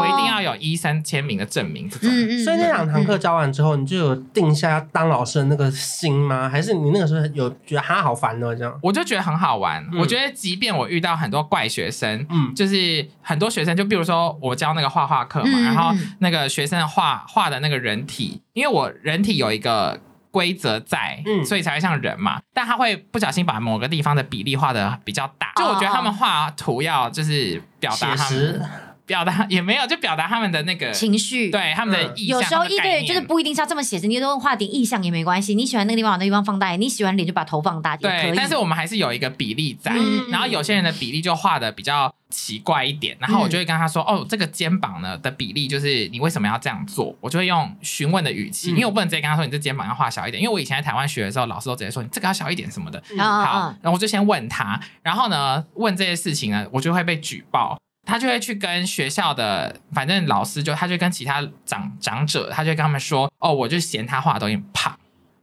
Speaker 1: 说我一定要有医生签名的证明这种。
Speaker 2: 嗯嗯，
Speaker 3: 所以那两堂课
Speaker 2: 嗯，
Speaker 3: 教完之后，你就有定下要当老师的那个心吗？还是你那个时候有觉得他好烦哦这样？
Speaker 1: 我就觉得很好玩。
Speaker 3: 嗯
Speaker 1: 我觉得即便我遇到很多怪学生，
Speaker 3: 嗯，
Speaker 1: 就是很多学生，就比如说我教那个画画课嘛，
Speaker 2: 嗯
Speaker 1: 然后那个学生画画的那个人体，因为我人体有一个规则在，
Speaker 3: 嗯
Speaker 1: 所以才会像人嘛。但他会不小心把某个地方的比例画的比较大，就我觉得他们画图要就是表达
Speaker 3: 写
Speaker 1: 他
Speaker 3: 实
Speaker 1: 们，表达也没有，就表达他们的那个
Speaker 2: 情绪。
Speaker 1: 对他们的
Speaker 3: 嗯
Speaker 1: 意向，
Speaker 2: 有时候
Speaker 1: 他们的
Speaker 2: 一
Speaker 1: 概
Speaker 2: 个人就是
Speaker 1: 念
Speaker 2: 不一定是要这么写着，你都画点意象也没关系。你喜欢那个地方，把那个地方放大一点；你喜欢脸，就把头放大一点。也可
Speaker 1: 对
Speaker 2: 以，
Speaker 1: 但是我们还是有一个比例在，
Speaker 2: 嗯
Speaker 1: 然后有些人的比例就画的比较奇怪一点，然后我就会跟他说，哦，这个肩膀呢的比例就是你为什么要这样做？我就会用询问的语气，
Speaker 3: 嗯
Speaker 1: 因为我不能直接跟他说你这肩膀要画小一点，因为我以前在台湾学的时候，老师都直接说你这个要小一点什么的。
Speaker 2: 啊啊
Speaker 1: 好
Speaker 2: 啊，，
Speaker 1: 然后我就先问他，然后呢问这些事情呢，我就会被举报。他就会去跟学校的，反正老师就，他就跟其他长长者，他就会跟他们说，哦，我就嫌他画的东西很胖，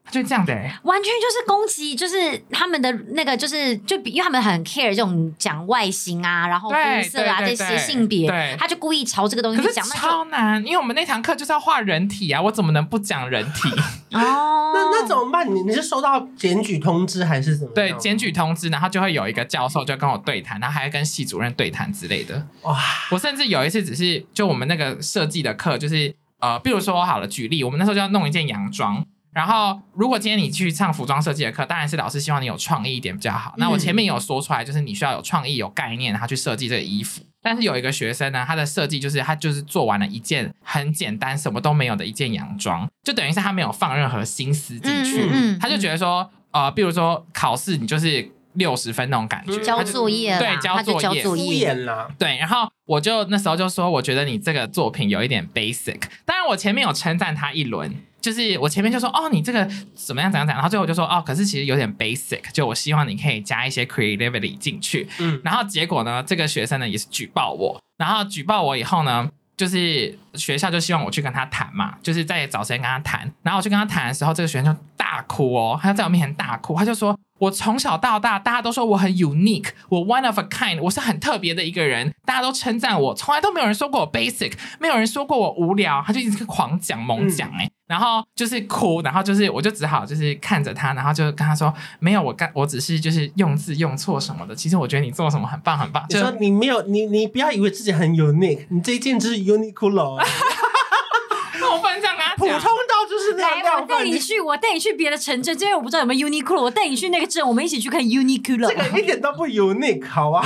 Speaker 1: 他就这样的、欸。
Speaker 2: 完全就是攻击，就是他们的那个，就是就比因为他们很 care 这种讲外形啊，然后
Speaker 1: 对
Speaker 2: 肤色啊
Speaker 1: 对
Speaker 2: 这
Speaker 1: 对
Speaker 2: 些
Speaker 1: 对
Speaker 2: 性别
Speaker 1: 对，
Speaker 2: 他就故意朝这个东西
Speaker 1: 可
Speaker 2: 去
Speaker 1: 是
Speaker 2: 讲，那哦
Speaker 1: 超难，因为我们那堂课就是要画人体啊，我怎么能不讲人 体？
Speaker 2: 就哦，
Speaker 3: 那那怎么办？你你是收到检举通知还是怎么
Speaker 1: 对，
Speaker 3: 样？
Speaker 1: 检举通知，然后就会有一个教授就跟我对谈，然后还要跟系主任对谈之类的。
Speaker 3: 哇，
Speaker 1: 我甚至有一次只是就我们那个设计的课，就是呃，比如说好了，举例，我们那时候就要弄一件洋装。然后，如果今天你去上服装设计的课，当然是老师希望你有创意一点比较好。那我前
Speaker 2: 嗯
Speaker 1: 面有说出来，就是你需要有创意、有概念，然后去设计这个衣服。但是有一个学生呢，他的设计就是他就是做完了一件很简单、什么都没有的一件洋装，就等于是他没有放任何心思进去。
Speaker 2: 嗯
Speaker 1: 他就觉得说，呃，比如说考试你就是六十分那种感觉，
Speaker 3: 嗯
Speaker 2: 交
Speaker 1: 他就
Speaker 2: 作业啦，哎
Speaker 1: 对交
Speaker 2: 他就
Speaker 1: 作
Speaker 2: 交
Speaker 1: 业
Speaker 2: 作
Speaker 3: 敷
Speaker 2: 业，
Speaker 3: 衍啦。
Speaker 1: 对，然后我就那时候就说，我觉得你这个作品有一点 basic。当然，我前面有称赞他一轮，就是我前面就说，哦，你这个怎么样怎么样怎么样，然后最后我就说，哦，可是其实有点 basic，就我希望你可以加一些 creativity 进去。
Speaker 3: 嗯，
Speaker 1: 然后结果呢，这个学生呢也是举报我，然后举报我以后呢，就是学校就希望我去跟他谈嘛，就是在找时间跟他谈。然后我去跟他谈的时候，这个学生就大哭哦，他就在我面前大哭，他就说。我从小到大，大家都说我很 unique，我 one of a kind，我是很特别的一个人，大家都称赞我，从来都没有人说过我 basic，没有人说过我无聊，他就一直狂讲猛讲哎、欸然后就是哭，然后就是我就只好就是看着他，然后就跟他说没有，我刚我只是就是用字用错什么的，其实我觉得你做什么很棒很棒，
Speaker 3: 你
Speaker 1: 就
Speaker 3: 说你没有你你不要以为自己 很 unique，你这一件只是 Uniqlo，
Speaker 1: 那我不能这样跟他
Speaker 3: 普通
Speaker 1: 讲。
Speaker 3: 到就是真的
Speaker 2: 来，
Speaker 3: 料
Speaker 2: 我带
Speaker 3: 饭
Speaker 2: 你
Speaker 3: 你
Speaker 2: 去，我带你去别的城镇。今天我不知道有没有 Uniqlo，我带你去那个镇，我们一起去看
Speaker 3: 这
Speaker 2: Uniqlo。
Speaker 3: 个一点都不 unique，好吧？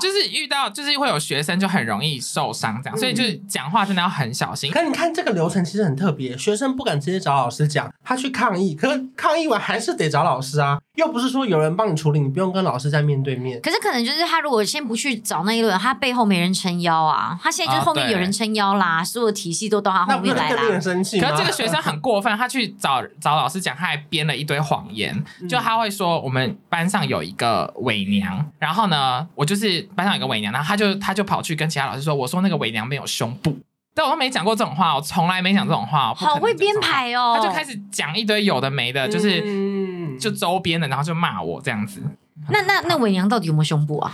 Speaker 1: 就是遇到就是会有学生就很容易受伤这样，所以就是讲话真的要很小心。
Speaker 3: 可你看这个流程其实很特别，学生不敢直接找老师讲，他去抗议，可是抗议完还是得找老师啊，又不是说有人帮你处理，你不用跟老师在面对面。
Speaker 2: 可是可能就是他如果先不去找那一轮，他背后没人撑腰啊，他现在就是后
Speaker 1: 啊
Speaker 2: 面
Speaker 1: 对
Speaker 2: 有人撑腰啦，所有体系都到他
Speaker 3: 那
Speaker 2: 后
Speaker 3: 不是
Speaker 2: 面来
Speaker 3: 更令人
Speaker 2: 啦。
Speaker 3: 生气
Speaker 1: 可
Speaker 3: 吗？
Speaker 1: 是这个学生很过分，他去找找老师讲，他还编了一堆谎言，就他会说我们班上有一个伪娘，然后呢，我就是班上有一个伪娘，然后他就他就跑去跟其他老师说，我说那个伪娘没有胸部，但我都没讲过这种话，我从来没讲这种话，我不可能
Speaker 2: 好会
Speaker 1: 讲这
Speaker 2: 编
Speaker 1: 种话，
Speaker 2: 排哦！
Speaker 1: 他就开始讲一堆有的没的，就是。
Speaker 3: 嗯
Speaker 1: 就周边的，然后就骂我这样子，
Speaker 2: 那那那伪娘到底有没有胸部啊？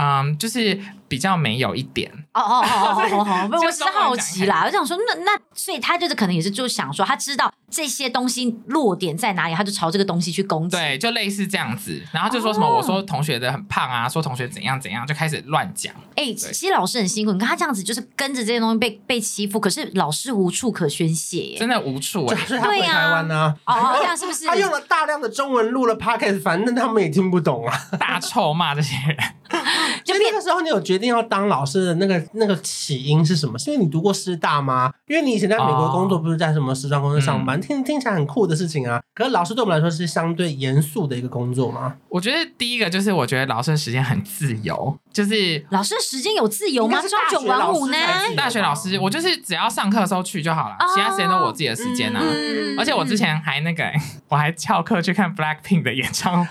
Speaker 1: 嗯，就是比较没有一点，
Speaker 2: 哦哦哦哦哦哦！不，
Speaker 1: 就
Speaker 2: 我只是
Speaker 1: 稍微讲
Speaker 2: 好
Speaker 1: 一下
Speaker 2: 奇啦，我想说，那那所以他就是可能也是就想说，他知道这些东西落点在哪里，他就朝这个东西去攻击。
Speaker 1: 对，就类似这样子，然后就说什么、
Speaker 2: 哦
Speaker 1: 我说同学的很胖啊，说同学怎样怎样，就开始乱讲。
Speaker 2: 哎、
Speaker 1: 对
Speaker 2: 其实老师很辛苦，你看他这样子就是跟着这些东西被被欺负，可是老师无处可宣泄耶。
Speaker 1: 真的无处哎、
Speaker 3: 就是他回台湾呢、
Speaker 2: 哦，这 样是不是？
Speaker 3: 他用了大量的中文录了 podcast，反正他们也听不懂啊。
Speaker 1: 大臭骂这些人。
Speaker 3: 所以那个时候你有决定要当老师的那个那个起因是什么？是因为你读过师大吗？因为你以前在美国工作，不是在什么时装公司上
Speaker 2: 嗯
Speaker 3: 班，听听起来很酷的事情啊。可是老师对我们来说是相对严肃的一个工作嘛。
Speaker 1: 我觉得第一个就是，我觉得老师的时间很自由，就是
Speaker 2: 老师的时间有自由吗？
Speaker 3: 应该是
Speaker 2: 朝
Speaker 3: 大学
Speaker 2: 九晚五呢？
Speaker 3: 老师才自由
Speaker 1: 大学老师，我就是只要上课的时候去就好了
Speaker 2: 哦，
Speaker 1: 其他时间都我自己的时间啊。
Speaker 3: 嗯
Speaker 1: 而且我之前还那个、 我还翘课去看 Blackpink 的演唱会，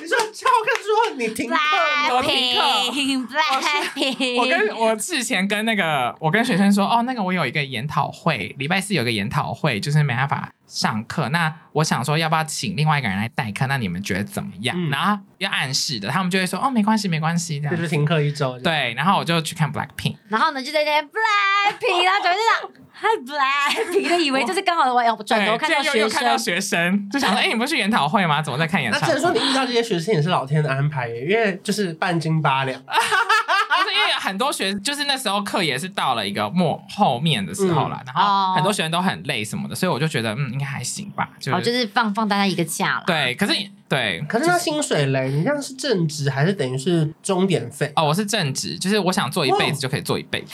Speaker 3: 你说翘课之后你停课吗？
Speaker 1: 我听课
Speaker 2: Blackpink，Blackpink，
Speaker 1: 我跟我事前跟那个我跟学生说，哦，那个我有一个研讨会，礼拜四有个研讨会，就是没办法上课。那我想说，要不要请另外一个人来代课？那你们觉得怎么样？
Speaker 3: 嗯
Speaker 1: 然后要暗示的，他们就会说，哦，没关系，没关系，这
Speaker 3: 这就是
Speaker 1: 样。
Speaker 3: 停课一周。，
Speaker 1: 对，然后我就去看 Blackpink，
Speaker 2: 然后呢就在那边 Blackpink，然后怎么就讲嗨 Blackpink，就以为就是刚好我要转头
Speaker 1: 对
Speaker 2: 看到
Speaker 1: 就
Speaker 2: 学
Speaker 1: 又又看到
Speaker 2: 生。
Speaker 1: 学生，就想 说，哎、你不是去研讨会吗？怎么在看演
Speaker 3: 那
Speaker 1: 唱
Speaker 3: 只
Speaker 1: 会？
Speaker 3: 能说你遇到这啊些学生也是老天的安排耶，因为 就是半斤八两。啊
Speaker 1: 不是因为有很多学，就是那时候课也是到了一个末后面的时候啦，
Speaker 2: 嗯
Speaker 1: 然后很多学生都很累什么的，所以我就觉得，嗯，应该还行吧，就
Speaker 2: 哦，
Speaker 1: 是、
Speaker 2: 就是放放大家一个假了。
Speaker 1: 对，可是对，
Speaker 3: 可是那薪水嘞，你这样是正职还是等于是钟点费？
Speaker 1: 哦，我是正职，就是我想做一辈子就可以做一辈 子。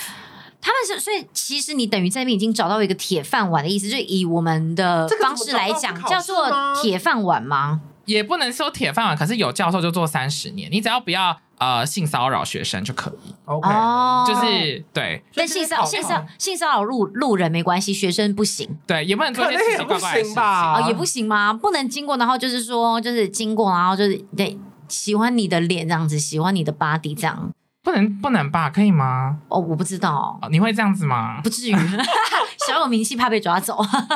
Speaker 2: 他们是，所以其实你等于在那边已经找到一个铁饭碗的意思，就以我们的
Speaker 3: 这个怎么
Speaker 2: 方式来讲
Speaker 3: 找，到
Speaker 2: 叫
Speaker 3: 考试吗
Speaker 2: 做铁饭碗吗？
Speaker 1: 也不能说铁饭碗，可是有教授就做三十年，你只要不要呃性骚扰学生就可以，
Speaker 3: OK，、
Speaker 2: 哦，
Speaker 1: 就是对
Speaker 3: 所
Speaker 2: 但
Speaker 3: 以这
Speaker 2: 性
Speaker 3: 是
Speaker 2: 骚
Speaker 3: 考
Speaker 2: 性
Speaker 3: 考
Speaker 2: 骚性骚扰路路人没关系，学生不行
Speaker 1: 对，也不能做一些
Speaker 3: 可
Speaker 1: 奇
Speaker 3: 能也
Speaker 1: 奇
Speaker 3: 不
Speaker 1: 怪怪的事情。
Speaker 3: 行吧
Speaker 2: 哦，也不行吗？不能经过，然后就是说，就是经过，然后就是对喜欢你的脸这样子，喜欢你的 body 这样。
Speaker 1: 不能不能吧？可以吗？
Speaker 2: 哦，我不知道，
Speaker 1: 哦你会这样子吗？
Speaker 2: 不 至于，小有名气怕被抓走。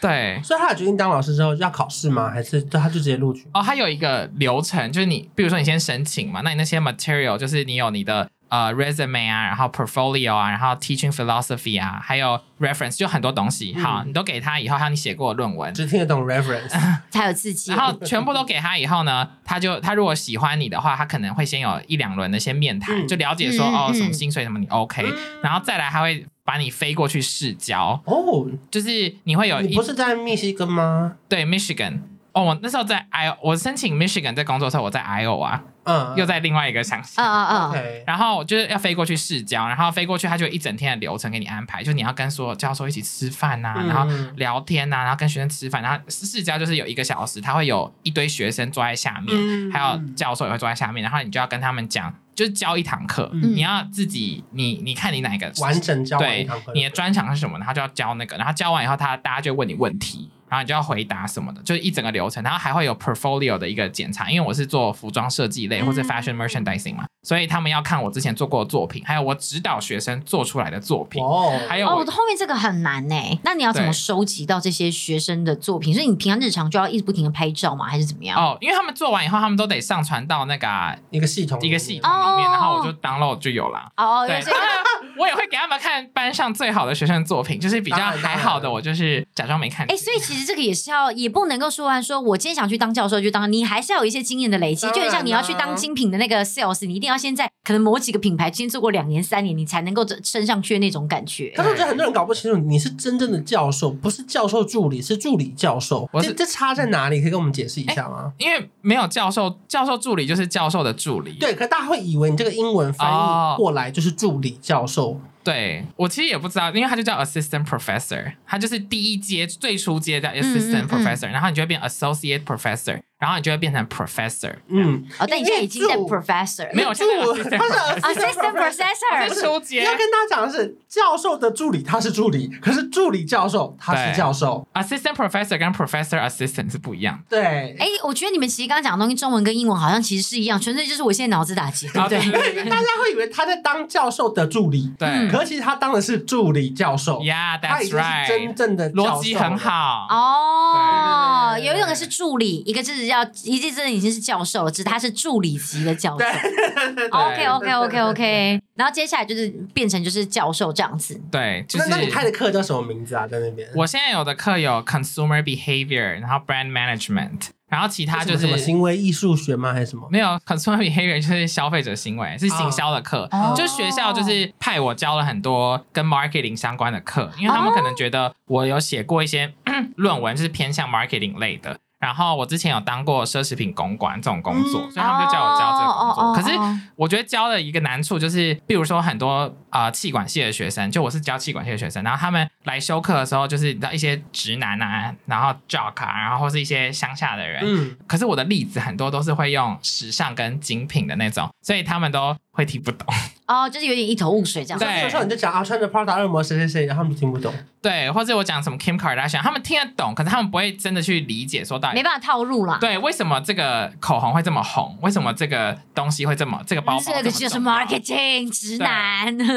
Speaker 1: 对。
Speaker 3: 所以他有决定当老师之后要考试吗？还是就他就直接录取？
Speaker 1: 哦，它有一个流程，就是你，比如说你先申请嘛，那你那些 material 就是你有你的呃 resume 啊，然后 portfolio 啊，然后 teaching philosophy 啊，还有 reference，就很多东西，
Speaker 3: 嗯
Speaker 1: 好，你都给他以后，还有你写过的论文，
Speaker 3: 只听得懂 reference，
Speaker 2: 才有刺激。
Speaker 1: 然后全部都给他以后呢，他就他如果喜欢你的话，他可能会先有一两轮的先面谈，
Speaker 3: 嗯
Speaker 1: 就了解说、
Speaker 2: 嗯
Speaker 1: 哦
Speaker 2: 嗯
Speaker 1: 什么薪水什么你 OK，、然后再来还会把你飞过去试教，
Speaker 3: 哦，
Speaker 1: 就是你会有
Speaker 3: 你
Speaker 1: 一
Speaker 3: 不是在密西根吗？
Speaker 1: 对 Michigan。哦，我那时候在 I，我申请 Michigan 在工作的时候，我在 Iowa，
Speaker 3: 嗯，
Speaker 1: 又在另外一个想
Speaker 2: 嗯嗯嗯，
Speaker 3: OK，
Speaker 1: 然后我就是要飞过去试教，然后飞过去他就有一整天的流程给你安排，就你要跟所有教授一起吃饭呐、
Speaker 3: 嗯
Speaker 1: 然后聊天呐、然后跟学生吃饭，然后试教就是有一个小时，他会有一堆学生坐在下面，
Speaker 3: 嗯
Speaker 1: 还有教授也会坐在下面，然后你就要跟他们讲，就是教一堂课，
Speaker 3: 嗯
Speaker 1: 你要自己你你看你哪一个
Speaker 3: 完整教完
Speaker 1: 对
Speaker 3: 一堂课，
Speaker 1: 你的专长是什么，然后就要教那个，然后教完以后他大家就问你问题。然后你就要回答什么的，就是一整个流程，然后还会有 portfolio 的一个检查，因为我是做服装设计
Speaker 3: 嗯
Speaker 1: 类或是 fashion merchandising 嘛，所以他们要看我之前做过的作品，还有我指导学生做出来的作品，
Speaker 3: 哦，
Speaker 1: 还有
Speaker 2: 哦，
Speaker 1: 我
Speaker 2: 我的后面这个很难呢、那你要怎么
Speaker 1: 哎对
Speaker 2: 收集到这些学生的作品？所以你平常日常就要一直不停的拍照吗？还是怎么样？
Speaker 1: 哦，因为他们做完以后，他们都得上传到那个啊
Speaker 3: 一个系统，
Speaker 1: 一个系统里面，
Speaker 2: 哦
Speaker 1: 然后我就 download 就有啦。
Speaker 2: 哦，
Speaker 1: 对，
Speaker 2: 所以
Speaker 1: 当然 我也会给他们看班上最好的学生的作品，就是比较
Speaker 3: 当然
Speaker 1: 还好的，
Speaker 3: 当然
Speaker 1: 我就是假装没看
Speaker 2: 哎、
Speaker 1: 见。
Speaker 2: 所以其实这个也是要，也不能够说完说，我今天想去当教授就当，你还是要有一些经验的累积，
Speaker 3: 当
Speaker 2: 就
Speaker 3: 然
Speaker 2: 很像你要去
Speaker 3: 啦
Speaker 1: 啊
Speaker 2: 当精品的那个 sales，你一定要现在可能某几个品牌今天做过两年、三年，你才能够这升上去的那种感觉。
Speaker 3: 但是我觉得很多人搞不清楚，你是真正的教授，不是教授助理，是助理教授。
Speaker 1: 我
Speaker 3: 这
Speaker 1: 是嗯
Speaker 3: 这差在哪里？可以跟我们解释一下吗？
Speaker 1: 因为没有教授，教授助理就是教授的助理。
Speaker 3: 对，可大家会以为你这个英文翻
Speaker 1: 哦
Speaker 3: 译过来就是助理教授，
Speaker 1: 对我其实也不知道，因为他就叫 assistant professor，他就是第一阶最初阶叫
Speaker 2: 嗯
Speaker 1: assistant
Speaker 2: 嗯
Speaker 1: professor，、然后你就会变 associate professor，然后你就会变成 professor。
Speaker 3: 嗯，
Speaker 2: 哦，但你现在已经在
Speaker 3: 因为助
Speaker 2: professor 啊
Speaker 1: 没有，现在
Speaker 3: 助
Speaker 1: assistant
Speaker 3: 他
Speaker 1: professor
Speaker 3: 是
Speaker 2: assistant professor
Speaker 1: 我是初阶
Speaker 3: 要跟大家讲的是，教授的助理他是助理，可是助理教授他
Speaker 1: 对
Speaker 3: 是教授。
Speaker 1: assistant professor 跟 professor assistant 是不一样的。
Speaker 3: 对，
Speaker 2: 哎、我觉得你们其实刚刚讲的东西，中文跟英文好像其实是一样，纯粹就是我现在脑子打结，对不对？
Speaker 1: 啊对对对
Speaker 3: 大家会以为他在当教授的助理，
Speaker 1: 对
Speaker 3: 嗯可是其实他当的是助理教授，
Speaker 1: ，Yeah,
Speaker 3: 他
Speaker 1: that's
Speaker 3: 已经是真
Speaker 1: right，
Speaker 3: 正的教授
Speaker 1: 逻辑很
Speaker 3: 了。
Speaker 1: 好。
Speaker 2: 哦，
Speaker 3: 对对对对对
Speaker 2: 有一种是助理，一个就是要，一个真的已经是教授了，只是他是助理级的教授。OK OK OK OK，然后接下来就是变成就是教授这样子。
Speaker 1: 对，就
Speaker 3: 那
Speaker 1: 是
Speaker 3: 那你开的课叫什么名字啊？在那边，
Speaker 1: 我现在有的课有 consumer behavior，然后 brand management，然后其他就是
Speaker 3: 什么什么行为艺术学吗？还是什么？
Speaker 1: 没有 consumer behavior 就是消费者行为，是行销的课。
Speaker 2: 哦
Speaker 1: 就学校就是派我教了很多跟 marketing 相关的课，因为他们可能觉得我有写过一些 论文，就是偏向 marketing 类的。然后我之前有当过奢侈品公关这种工作，
Speaker 3: 嗯
Speaker 1: 所以他们就叫我教这个工作。
Speaker 2: 哦哦哦
Speaker 1: 可是我觉得教的一个难处就是，比如说很多呃气管系的学生，就我是教气管系的学生，然后他们来修课的时候，就是你知道一些直男啊，然后 jock 啊，然后或是一些乡下的人，
Speaker 3: 嗯，
Speaker 1: 可是我的例子很多都是会用时尚跟精品的那种，所以他们都会听不懂。
Speaker 2: 哦，就是有点一头雾水这样子。
Speaker 1: 对
Speaker 3: 教授你就讲啊，穿着 Prada 恶魔谁谁谁，然后他们就听不懂。
Speaker 1: 对，或者我讲什么 Kim Kardashian，他们听得懂，可是他们不会真的去理解说到
Speaker 2: 没
Speaker 1: 底。
Speaker 2: 办法套路啦。
Speaker 1: 对，为什么这个口红会这么红？为什么这个东西会这么这个包包这
Speaker 2: 这
Speaker 1: 么
Speaker 2: 个就是
Speaker 1: 重要
Speaker 2: marketing 直男。
Speaker 1: 就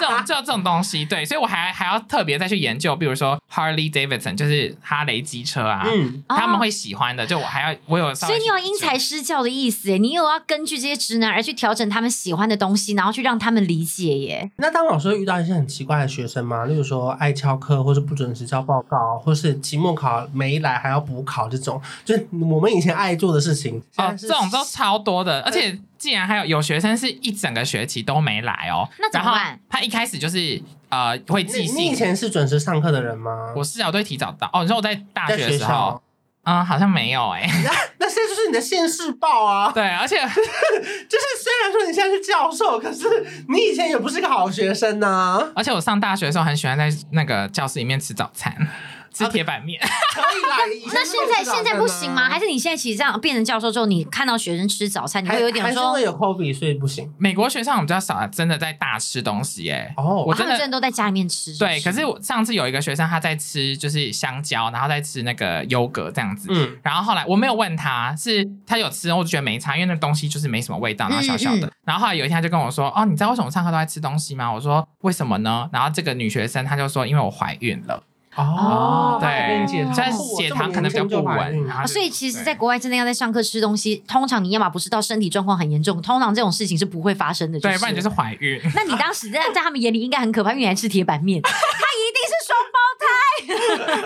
Speaker 1: 这种就这种东西。对，所以我还还要特别再去研究，比如说 Harley Davidson，就是哈雷机车啊，
Speaker 3: 嗯，
Speaker 1: 他们会喜欢的。就我还要我有稍
Speaker 2: 哦所
Speaker 1: 微
Speaker 2: 以
Speaker 1: 去
Speaker 2: 你
Speaker 1: 研究，
Speaker 2: 有因材施教的意思耶，你有要根据这些直男而去调整他们喜欢的东西，然后去让他们理解耶。
Speaker 3: 那当老师会遇到一些很奇怪的学生吗？例如说爱翘课，或是不准时交报告，或是期末考没来还要补考这种，就是我们以前爱做的事情。
Speaker 1: 哦，
Speaker 3: 现在是
Speaker 1: 这种都超多的，而且竟然还有有学生是一整个学期都没来哦。
Speaker 2: 那怎么办
Speaker 1: 然后他一开始就是呃会
Speaker 3: 你
Speaker 1: 寄
Speaker 3: 你以
Speaker 1: 信，
Speaker 3: 前是准时上课的人吗？
Speaker 1: 我是啊，我都会提早到。哦，你说我在大
Speaker 3: 在
Speaker 1: 学的
Speaker 3: 学
Speaker 1: 时
Speaker 3: 校
Speaker 1: 候，，嗯，好像没有哎、
Speaker 3: 那现在就是你的现世报啊。
Speaker 1: 对，而且
Speaker 3: 就是虽然说你现在是教授，可是你以前也不是个好学生啊呐、
Speaker 1: 而且我上大学的时候很喜欢在那个教室里面吃早餐，
Speaker 2: 哦
Speaker 1: 吃铁板面。
Speaker 3: 可以啦，以前
Speaker 2: 那现在现在不行吗？还
Speaker 3: 是
Speaker 2: 是你现在其实这样变成教授之后，你看到学生吃早餐，你
Speaker 3: 还
Speaker 2: 会有点
Speaker 3: 还是因
Speaker 2: 说，
Speaker 3: 为有 COVID 所以不行
Speaker 1: 美国学校我们比较少，真的在大吃东西哎、
Speaker 3: 哦。
Speaker 1: 我
Speaker 2: 他
Speaker 1: 真
Speaker 2: 们
Speaker 1: 的
Speaker 2: 真的都在家里面吃。
Speaker 1: 对，可
Speaker 2: 不啊
Speaker 1: 是我上次有一个学生他在吃就是香蕉，然后在吃那个优格这样子，
Speaker 3: 嗯，
Speaker 1: 然后后来我没有问他，是他有吃，我就觉得没差，因为那东西就是没什么味道，然后小小的。
Speaker 2: 嗯
Speaker 1: 然后后来有一天他就跟我说：“哦，你知道为什么我上课都在吃东西吗？”我说：“为什么呢？”然后这个女学生她就说：“因为我怀孕了。
Speaker 2: 哦
Speaker 1: 对，
Speaker 2: 解糖
Speaker 1: 所以
Speaker 2: 哦
Speaker 1: 血糖可能比较不稳。然后
Speaker 2: 啊，
Speaker 1: 就”
Speaker 2: 所以其实，
Speaker 1: 对
Speaker 2: 在国外真的要在上课吃东西，通常你要么不是到身体状况很严重，通常这种事情是不会发生的。
Speaker 1: 对，
Speaker 2: 是
Speaker 1: 不然你就是怀 孕。
Speaker 2: 那你当时在在他们眼里应该很可怕，因为你还吃铁 板面，他一定是双胞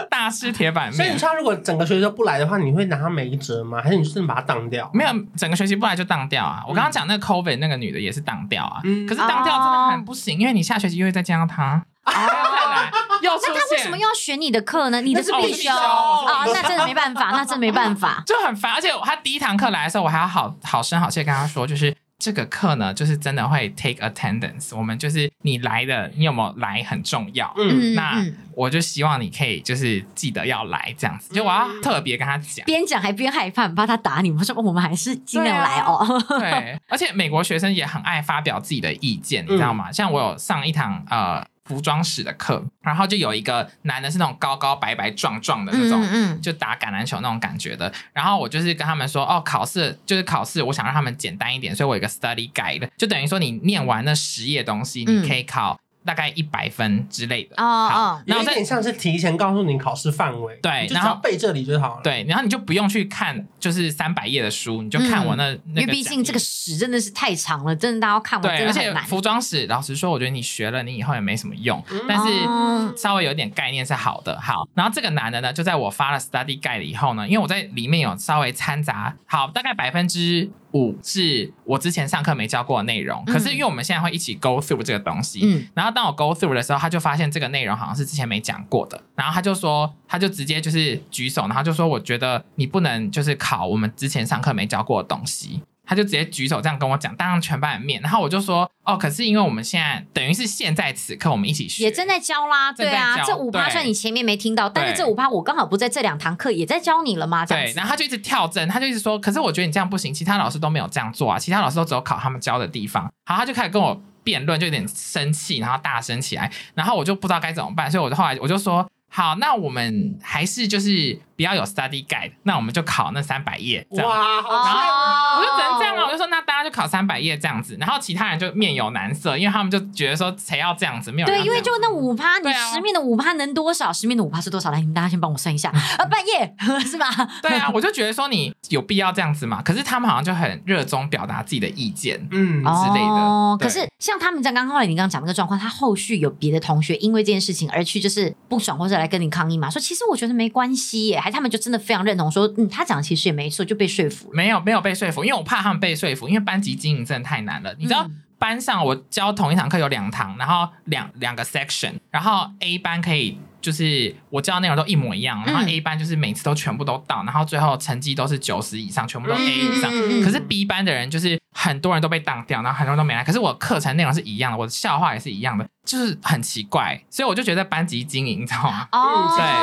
Speaker 1: 大吃铁板
Speaker 3: 所以
Speaker 1: 面
Speaker 3: 你。像如果整个学期都不来的话，你会拿他没辙吗？还是你就是把他挡掉？
Speaker 1: 没有，整个学期不来就当掉
Speaker 2: 嗯
Speaker 1: 啊！我刚刚讲那个 COVID 那个女的也是当掉啊，
Speaker 3: 嗯
Speaker 1: 可是当掉真的很不行，
Speaker 2: 哦
Speaker 1: 因为你下学期又会再见到她，还要再来， 又出
Speaker 2: 那他为什
Speaker 1: 现
Speaker 2: 么，又要选你的课呢？你的是
Speaker 1: 哦那是
Speaker 2: 必
Speaker 1: 必
Speaker 2: 修
Speaker 1: 修
Speaker 2: 啊、
Speaker 1: 我是必修
Speaker 2: 那真的没 办法，那真的没办法。
Speaker 1: 就很烦。而且他第一堂课来的时候，我还要好好声好气地跟他说，就是这个课呢，就是真的会 take attendance，我们就是你来的，你有没有来很重要。
Speaker 3: 嗯，
Speaker 2: 嗯
Speaker 1: 那
Speaker 2: 嗯，
Speaker 1: 我就希望你可以就是记得要来这样子，就我要
Speaker 2: 嗯
Speaker 1: 特别跟他讲。
Speaker 2: 边讲还边害怕，很怕他打你。我说哦我们还是尽量来哦。
Speaker 1: 对，而且美国学生也很爱发表自己的意见，你知道吗？像我有上一堂呃服装史的课，然后就有一个男的是那种高高白白壮壮 的那种，
Speaker 2: 嗯，
Speaker 1: 就打橄榄球那种感觉的。然后我就是跟他们说，哦，考试就是考试，我想让他们简单一点，所以我有一个 study guide，就等于说你念完那十页东西，
Speaker 2: 嗯
Speaker 1: 你可以考。大概一百分之类的。
Speaker 2: 哦哦
Speaker 1: 好，那
Speaker 3: 有
Speaker 1: 我
Speaker 3: 一
Speaker 1: 再
Speaker 3: 点像是提前告诉你考试范围，
Speaker 1: 对
Speaker 3: 你就只
Speaker 1: 然后
Speaker 3: 要背这里就好了。，
Speaker 1: 对，然后你就不用去看就是三百页的书，你就看我那、
Speaker 2: 嗯因
Speaker 1: 那
Speaker 2: 为
Speaker 1: 个
Speaker 2: 毕
Speaker 1: 讲
Speaker 2: 竟这个
Speaker 1: 义
Speaker 2: 史真的是太长了，真的大家要看完
Speaker 1: 对，
Speaker 2: 真
Speaker 1: 而
Speaker 2: 的
Speaker 1: 且
Speaker 2: 很难。
Speaker 1: 服装史，老实说，我觉得你学了，你以后也没什么用。但是
Speaker 2: 哦
Speaker 1: 稍微有点概念是好的。好，然后这个男的呢，就在我发了 study guide 以后呢，因为我在里面有稍微掺杂，好，大概百分之五是我之前上课没教过的内容，可是因为我们现在会一起 go through 这个东西，
Speaker 2: 嗯，
Speaker 1: 然后当我 go through 的时候，他就发现这个内容好像是之前没讲过的，然后他就说，他就直接就是举手，然后就说，我觉得你不能就是考我们之前上课没教过的东西。他就直接举手这样跟我讲，当着全班的面，然后我就说，哦，可是因为我们现在等于是现在此刻我们一起学，
Speaker 2: 也正在教啦，
Speaker 1: 正
Speaker 2: 对
Speaker 1: 在
Speaker 2: 啊，
Speaker 1: 教
Speaker 2: 这五趴
Speaker 1: 对
Speaker 2: 算你前面没听到，但是
Speaker 1: 对
Speaker 2: 这五趴我刚好不在这两堂课也在教你了嘛，这样
Speaker 1: 对，
Speaker 2: 子
Speaker 1: 然后他就一直跳针，他就一直说，可是我觉得你这样不行，其他老师都没有这样做啊，其他老师都只有考他们教的地方。好，他就开始跟我辩论，就有点生气，然后大声起来，然后我就不知道该怎么办，所以我就后来我就说，好，那我们还是就是不要有 study guide，那我们就考那三百页这样。
Speaker 3: 哇，好强
Speaker 2: 哦
Speaker 1: 我就只能这样啊！我就说那大家就考三百页这样子，然后其他人就面有难色，因为他们就觉得说谁要这样子，没有人
Speaker 2: 对，
Speaker 1: 要
Speaker 2: 因为
Speaker 1: 这样子
Speaker 2: 就那五趴，你
Speaker 1: 对啊
Speaker 2: 十面的五趴能多少？十面的五趴是多少？来，你们大家先帮我算 一下，呃，半夜 是吧？
Speaker 1: 对啊，我就觉得说你有必要这样子嘛？可是他们好像就很热衷表达自己的意见，
Speaker 3: 嗯，
Speaker 1: 之类的
Speaker 2: 哦，
Speaker 1: 对
Speaker 2: 可是像他们在刚刚后来你刚刚讲那个状况，他后续有别的同学因为这件事情而去就是不爽，或者来跟你抗议嘛，说其实我觉得没关系耶，还他们就真的非常认同说，嗯，他讲的其实也没错，就被说服了。
Speaker 1: 没有没有被说服，因为我怕他们被说服，因为班级经营真的太难了。你知道、
Speaker 2: 嗯
Speaker 1: 班上我教同一堂课有两堂，然后两两个 section，然后 A 班可以就是我教的内容都一模一样，然后
Speaker 2: 嗯
Speaker 1: A 班就是每次都全部都到，然后最后成绩都是九十以上，全部都 A 以上。
Speaker 2: 嗯嗯嗯
Speaker 1: 可是 B 班的人就是很多人都被当掉，然后很多人都没来。可是我课程内容是一样的，我的笑话也是一样的，就是很奇怪。所以我就觉得班级经营，你知道吗？
Speaker 3: 嗯其实真的有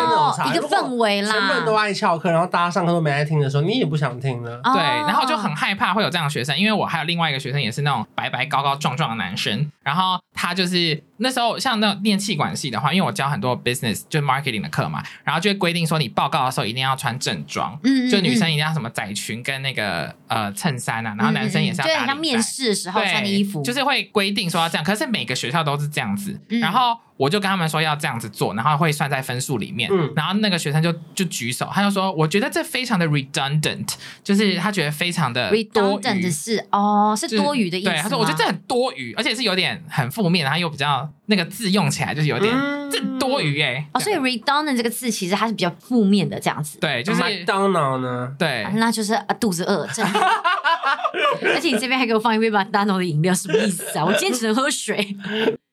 Speaker 2: 哦，
Speaker 3: 差
Speaker 2: 一个
Speaker 3: 如果
Speaker 2: 氛围啦，
Speaker 3: 全部人都爱翘课，然后大家上课都没爱听的时候，你也不想听啊了。
Speaker 2: 哦
Speaker 1: 对，然后我就很害怕会有这样的学生，因为我还有另外一个学生也是那种白白高高壮壮的男生，然后他就是那时候像那种念气管系的话，因为我教很多 business 就是 marketing 的课嘛，然后就会规定说你报告的时候一定要穿正装，
Speaker 2: 嗯，嗯
Speaker 1: 就女生一定要什么窄裙跟那个呃衬衫啊，然后男生也是要
Speaker 2: 对，
Speaker 1: 打
Speaker 2: 像
Speaker 1: 领带
Speaker 2: 面试的时候
Speaker 1: 对，
Speaker 2: 穿的衣服，
Speaker 1: 就是会规定说要这样，可是每个学校都是这样子。
Speaker 2: 嗯
Speaker 1: 然后我就跟他们说要这样子做，然后会算在分数里面。
Speaker 3: 嗯
Speaker 1: 然后那个学生就就举手，他就说：“我觉得这非常的 redundant，就是他觉得非常的多
Speaker 2: redundant
Speaker 1: 余
Speaker 2: 的。是哦，是
Speaker 1: 就是
Speaker 2: 多余的意思吗。
Speaker 1: 对，他说我觉得这很多余，而且是有点很负面，然后又比较那个字用起来就是有点、
Speaker 3: 嗯
Speaker 1: 这多余哎、
Speaker 2: 哦，所以 redundant 这个字其实它是比较负面的这样子。
Speaker 1: 对，就
Speaker 3: 麦
Speaker 1: 是
Speaker 3: 当劳呢？
Speaker 1: 对
Speaker 2: 啊，那就是啊肚子饿，真的。而且你这边还给我放一杯麦当劳的饮料，什么意思啊？我今天只能喝水。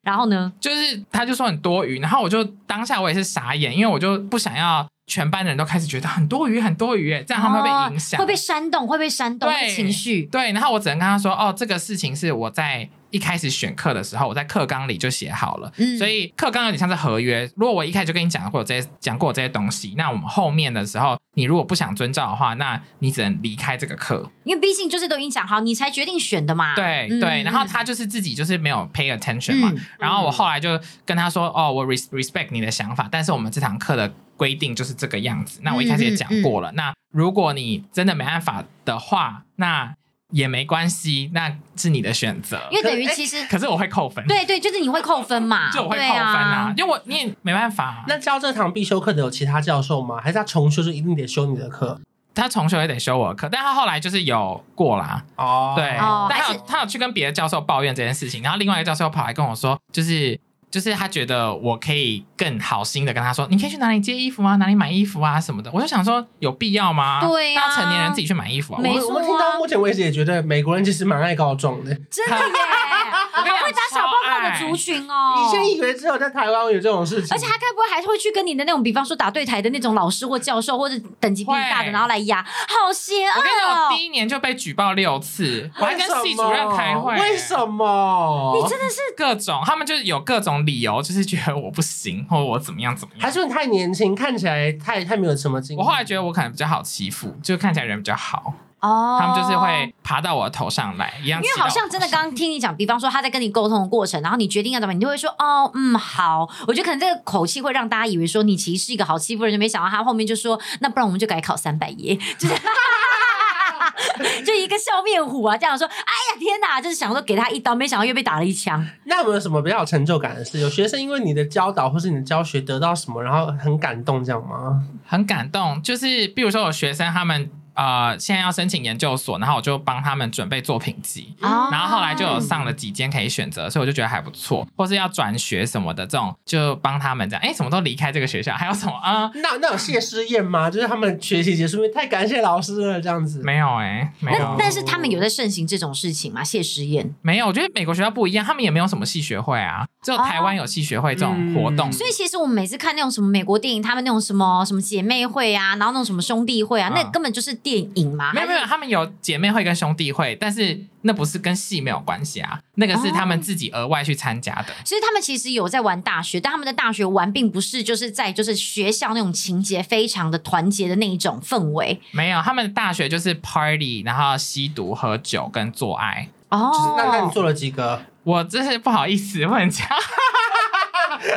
Speaker 2: 然后呢？
Speaker 1: 就是他就说很多余，然后我就当下我也是傻眼，因为我就不想要全班的人都开始觉得很多余很多余哎，这样他们会被影响、
Speaker 2: 哦会被煽动，会被煽动
Speaker 1: 对
Speaker 2: 会情绪。
Speaker 1: 对，然后我只能跟他说，哦，这个事情是我在一开始选课的时候，我在课纲里就写好了。
Speaker 2: 嗯
Speaker 1: 所以课纲有点像是合约。如果我一开始就跟你讲过这些讲过这些东西，那我们后面的时候，你如果不想遵照的话，那你只能离开这个课。
Speaker 2: 因为毕竟就是都已经讲好，你才决定选的嘛。
Speaker 1: 对
Speaker 2: 嗯
Speaker 1: 对，然后他就是自己就是没有 pay attention 嘛。
Speaker 2: 嗯
Speaker 1: 然后我后来就跟他说，哦，我 res- respect 你的想法，但是我们这堂课的规定就是这个样子。那我一开始
Speaker 2: 嗯
Speaker 1: 也讲过了，那如果你真的没办法的话，那也没关系，那是你的选择。
Speaker 2: 因为等于其实
Speaker 1: 可是我会扣分，，
Speaker 2: 对对，就是你会扣分嘛，
Speaker 1: 就我会
Speaker 2: 对
Speaker 1: 扣分啊，
Speaker 2: 啊。
Speaker 1: 因为我你也没办法、啊。
Speaker 3: 那教这堂必修课的有其他教授吗？还是他重修就一定得修你的课？
Speaker 1: 他重修也得修我的课，但他后来就是有过啦，
Speaker 3: 哦
Speaker 1: 对，
Speaker 2: 哦
Speaker 1: 但他
Speaker 2: 还
Speaker 1: 有他有去跟别的教授抱怨这件事情，然后另外一个教授跑来跟我说，就是就是他觉得我可以更好心的跟他说，你可以去哪里借衣服啊，哪里买衣服啊什么的。我就想说，有必要吗？
Speaker 2: 对啊
Speaker 1: 大家成年人自己去买衣服啊。
Speaker 2: 没
Speaker 1: 我
Speaker 2: 错啊哦
Speaker 3: 我们听到目前为止也觉得美国人其实蛮爱告状的。
Speaker 2: 真的耶，
Speaker 1: 我跟你讲
Speaker 2: 会打小报告的族
Speaker 1: 超
Speaker 2: 群哦。
Speaker 3: 以前以为只有在台湾有这种事情，
Speaker 2: 而且他该不会还会去跟你的那种，比方说打对台的那种老师或教授，或者等级比你大的，
Speaker 1: 会
Speaker 2: 然后来压，好邪恶
Speaker 1: 爱我跟你讲，
Speaker 2: 哦
Speaker 1: 我！第一年就被举报六次，我还跟
Speaker 3: 为什么
Speaker 1: 系主任开会，
Speaker 3: 为什么？
Speaker 2: 你真的是
Speaker 1: 各种，他们就是有各种理由，就是觉得我不行，或者我怎么样怎么样。
Speaker 3: 还是你太年轻，看起来太太没有什么经验。
Speaker 1: 我后来觉得我可能比较好欺负，就看起来人比较好，
Speaker 2: 哦，
Speaker 1: 他们就是会爬到我的头上来一样
Speaker 2: 因
Speaker 1: 骑
Speaker 2: 为
Speaker 1: 到我头上。
Speaker 2: 好像真的刚刚听你讲，比方说他在跟你沟通的过程，然后你决定要怎么，你就会说哦，嗯，好。我觉得可能这个口气会让大家以为说你 其实是一个好欺负的人，就没想到他后面就说，那不然我们就改考三百页，就是。就一个笑面虎啊，这样说，哎呀天哪，就是想说给他一刀，没想到又被打了一枪。
Speaker 3: 那有没有什么比较有成就感的事？有学生因为你的教导或是你的教学得到什么，然后很感动这样吗？
Speaker 1: 很感动。就是比如说有学生他们呃现在要申请研究所，然后我就帮他们准备作品集，
Speaker 2: 哦
Speaker 1: 然后后来就有上了几间可以选择，所以我就觉得还不错。或是要转学什么的这种，就帮他们这样，哎，什么都离开这个学校，还有什么 啊、
Speaker 3: 那那有谢师宴吗？就是他们学习结束，因为太感谢老师了这样子。
Speaker 1: 没有哎、没
Speaker 2: 那
Speaker 1: 有。
Speaker 2: 但是他们有在盛行这种事情吗？谢师宴，
Speaker 1: 没有，我觉得美国学校不一样，他们也没有什么系学会啊，只有台湾有系学会这种活动。
Speaker 3: 嗯
Speaker 2: 所以其实我们每次看那种什么美国电影，他们那种什么什么姐妹会啊，然后那种什么兄弟会啊，那
Speaker 1: 嗯
Speaker 2: 根本就是电影嘛。
Speaker 1: 没有没有，他们有姐妹会跟兄弟会，但是那不是跟系没有关系啊，那个是他们自己额外去参加的。
Speaker 2: 所以他们其实有在玩大学，但他们的大学玩并不是就是在就是学校那种情节非常的团结的那一种氛围
Speaker 1: 没有，他们大学就是 party，然后吸毒、喝酒跟做爱。
Speaker 2: 哦。
Speaker 3: 那那你做了几个？
Speaker 1: 我真是不好意思，我很强。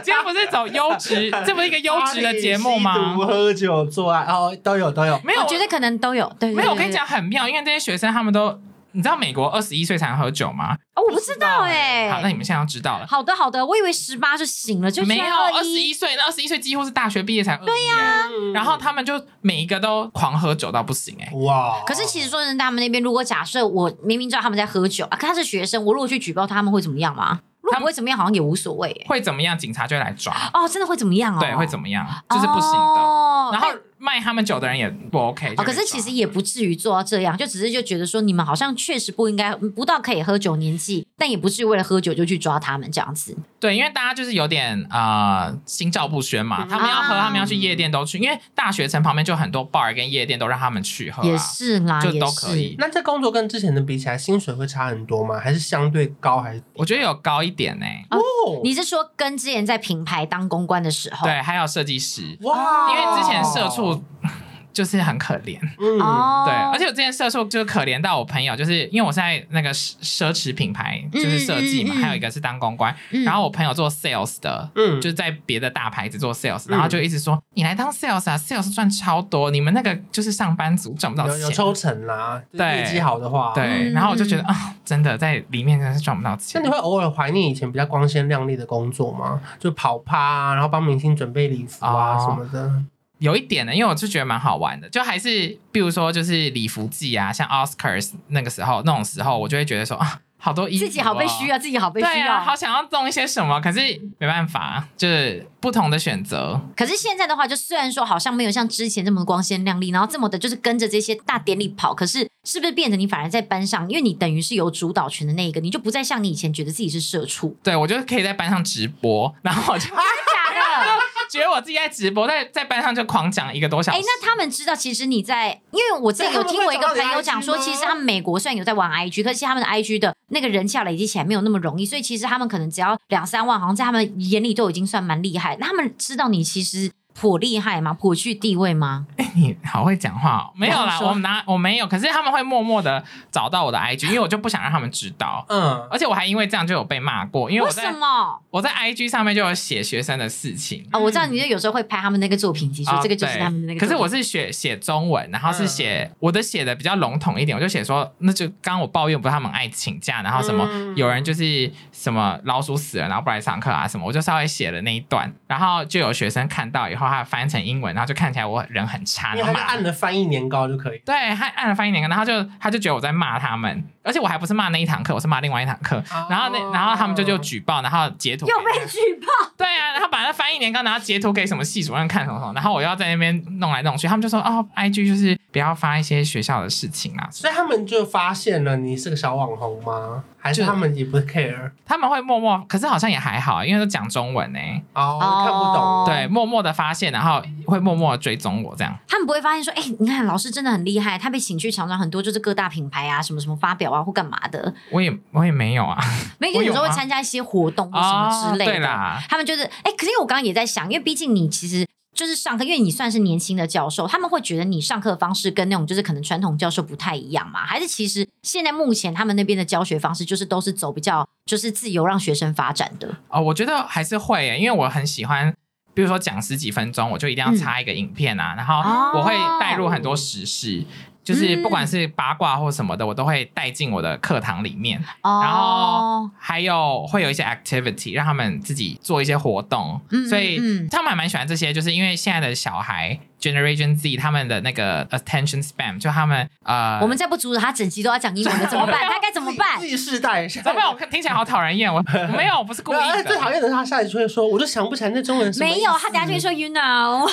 Speaker 1: 今天不是走优 质，这不是一个优质的节目
Speaker 3: 吸毒、
Speaker 1: 吗？
Speaker 3: 喝酒、做爱，哦，都有都有。
Speaker 1: 没有，
Speaker 2: 我觉得可能都有，对对对
Speaker 1: 没有。我跟
Speaker 2: 对
Speaker 1: 你讲很妙，因为这些学生他们都，你知道美国二十一岁才能喝酒吗？
Speaker 2: 哦，我不知道哎、
Speaker 1: 好，那你们现在要知道了。
Speaker 2: 好的好的，我以为十八就醒了，就
Speaker 1: 没有二十
Speaker 2: 一
Speaker 1: 一岁，那二十一岁几乎是大学毕业才对呀、然后他们就每一个都狂喝酒到不行哎、
Speaker 3: 哇，
Speaker 2: 可是其实说真的，他们那边如果假设我明明知道他们在喝酒啊，可他是学生，我如果去举报他们会怎么样吗？如果
Speaker 1: 他
Speaker 2: 不
Speaker 1: 们
Speaker 2: 会怎么样，好像也无所谓、欸。
Speaker 1: 会怎么样？警察就会来抓，
Speaker 2: 哦，真的会怎么样哦？
Speaker 1: 对，会怎
Speaker 2: 么
Speaker 1: 么样？就是不行的。
Speaker 2: 哦、
Speaker 1: 然后卖他们酒的人也不 OK 就被抓。
Speaker 2: 哦，可是其实也不至于做到这样，就只是就觉得说你们好像确实不应该，不到可以喝酒年纪，但也不至于为了喝酒就去抓他们这样子。
Speaker 1: 对，因为大家就是有点呃心照不宣嘛，他们要喝，
Speaker 2: 啊
Speaker 1: 他们要去夜店都去，因为大学城旁边就很多 bar 跟夜店都让他们去喝、啊。
Speaker 2: 也是啦，
Speaker 1: 就
Speaker 2: 也
Speaker 1: 都
Speaker 2: 是
Speaker 1: 可以
Speaker 3: 那这工作跟之前的比起来，薪水会差很多吗？还是相对高？还是
Speaker 1: 我觉得有高一点呢、
Speaker 3: 哦
Speaker 2: 你是说跟之前在品牌当公关的时候？
Speaker 1: 对，还有设计师，因
Speaker 3: 哇，
Speaker 1: 为之前社畜 就是很可怜。
Speaker 3: 嗯
Speaker 2: 哦，
Speaker 1: 对，而且我之前社畜就是可怜到我朋友，就是因为我在那个奢奢侈品牌就是设计嘛，
Speaker 2: 嗯嗯嗯嗯
Speaker 1: 还有一个是当公关，
Speaker 2: 嗯
Speaker 1: 然后我朋友做 sales 的，
Speaker 3: 嗯
Speaker 1: 就是在别的大牌子做 sales，然后就一直说你来当 sales 啊，sales 赚超多，你们那个就是上班族赚不到
Speaker 3: 有有
Speaker 1: 钱。
Speaker 3: 抽成啦，就是
Speaker 1: 对
Speaker 3: 业绩好的话，。
Speaker 1: 对，
Speaker 2: 嗯
Speaker 1: 然后我就觉得
Speaker 2: 嗯
Speaker 1: 啊、真的在里面真的是赚不到
Speaker 3: 那
Speaker 1: 钱
Speaker 3: 你。会偶尔怀念以前比较光鲜亮丽的工作吗？就跑趴啊，然后帮明星准备礼服啊
Speaker 1: 哦
Speaker 3: 什么的。
Speaker 1: 有一点呢，因为我就觉得蛮好玩的，就还是比如说就是礼服季啊，像 Oscars 那个时候那种时候，我就会觉得说啊，好多衣服、
Speaker 2: 自己好被需
Speaker 1: 要。
Speaker 2: 要，自己好被需
Speaker 1: 对
Speaker 2: 要。
Speaker 1: 啊，好想要弄一些什么，可是没办法，就是不同的选择。
Speaker 2: 可是现在的话，就虽然说好像没有像之前这么光鲜亮丽，然后这么的就是跟着这些大典礼跑，可是是不是变得你反而在班上，因为你等于是有主导权的那一个，你就不再像你以前觉得自己是社畜，
Speaker 1: 对我就可以在班上直播，然后我就
Speaker 2: 假的。
Speaker 1: 觉得我自己在直播，在在班上就狂讲一个多小时。
Speaker 2: 哎，那他们知道其实你在，因为我之前有听我一个朋友讲说，
Speaker 3: 对他
Speaker 2: 其
Speaker 3: 们会找到你的 IG 吗
Speaker 2: 实他们美国虽然有在玩 IG，可是他们的 IG 的那个人气要累积起来没有那么容易，所以其实他们可能只要两三万，好像在他们眼里都已经算蛮厉害。那他们知道你其实颇厉害吗？颇具地位吗？
Speaker 1: 你好会讲话、哦，没有
Speaker 2: 然
Speaker 1: 啦，
Speaker 2: 后说
Speaker 1: 我拿我没有，可是他们会默默的找到我的
Speaker 2: 啊
Speaker 1: IG，因为我就不想让他们知道。
Speaker 3: 嗯，
Speaker 1: 而且我还因为这样就有被骂过，因为
Speaker 2: 为
Speaker 1: 我
Speaker 2: 什
Speaker 1: 在
Speaker 2: 么？
Speaker 1: 我在 IG 上面就有写学生的事情，
Speaker 2: 哦，我知道，你就有时候会拍他们那个作品集，说
Speaker 1: 嗯啊
Speaker 2: 这个就是
Speaker 1: 对
Speaker 2: 他们的那个
Speaker 1: 可
Speaker 2: 作品集。嗯
Speaker 1: 是我是写写中文，然后是写、我的写的比较笼统一点，我就写说，那就刚刚我抱怨不是他们爱请假，然后什么、
Speaker 3: 嗯
Speaker 1: 有人就是什么老鼠死了，然后不来上课啊什么，我就稍微写了那一段，然后就有学生看到以后，他翻成英文，然后就看起来我人很差，
Speaker 3: 你
Speaker 1: 然
Speaker 3: 还
Speaker 1: 后
Speaker 3: 是
Speaker 1: 骂
Speaker 3: 按了翻译年糕就可以。
Speaker 1: 对，他按了翻译那个，然后就他就觉得我在骂他们，而且我还不是骂那一堂课，我是骂另外一堂课，
Speaker 3: 哦
Speaker 1: 然后那然后他们就就举报，然后截图给
Speaker 2: 又被举报，
Speaker 1: 对啊，然后把那翻译年糕，然后截图给什么系主任看什么什么，然后我又要在那边弄来弄去，他们就说哦，IG 就是不要发一些学校的事情啊，
Speaker 3: 所以他们就发现了你是个小网红吗？还是
Speaker 1: 就
Speaker 3: 他们也不 care？
Speaker 1: 他们会默默，可是好像也还好，啊因为都讲中文呢、
Speaker 3: 哦，看不懂。
Speaker 1: 对，默默的发现，然后会默默的追踪我这样，
Speaker 2: 他们不会发现说，哎、你看老师真的很厉害，他被请去常常很多就是各大品牌啊，什么什么发表啊或干嘛的，
Speaker 1: 我也我也没有啊，
Speaker 2: 没有，
Speaker 1: 我
Speaker 2: 有
Speaker 1: 有
Speaker 2: 时候会
Speaker 1: 吗
Speaker 2: 参加一些活动或什么之类的。
Speaker 1: 哦对啦
Speaker 2: 他们就是，哎、可是我刚刚也在想，因为毕竟你其实。就是上课，因为你算是年轻的教授，他们会觉得你上课的方式跟那种就是可能传统教授不太一样嘛？还是其实现在目前他们那边的教学方式就是都是走比较就是自由让学生发展的？
Speaker 1: 哦，我觉得还是会耶，因为我很喜欢。比
Speaker 2: 嗯
Speaker 1: 如说讲十几分钟，我就一定要插一个影片啊，然后我会带入很多时事，就是
Speaker 2: 哦嗯
Speaker 1: 不管是八卦或什么的，我都会带进我的课堂里面。然后
Speaker 2: 哦，
Speaker 1: 还有会有一些 activity 让他们自己做一些活动，
Speaker 2: 嗯
Speaker 1: 所以
Speaker 2: 嗯
Speaker 1: 他们还蛮喜欢这些，就是因为现在的小孩 Generation Z 他们的那个 attention span，就他们呃，
Speaker 2: 我们再不阻止他，整集都要讲英文的，怎么办？他该怎么办
Speaker 3: 自？己自己试戴一下。
Speaker 1: 怎么办我看听起来好讨人厌，我我没有，我不是故
Speaker 3: 没
Speaker 1: 意
Speaker 3: 有，而
Speaker 2: 哎
Speaker 1: 的。
Speaker 3: 且最讨厌的是他下一句会说，我就想不起来那中文是什么意思
Speaker 2: 没有，他等下就会说 you know，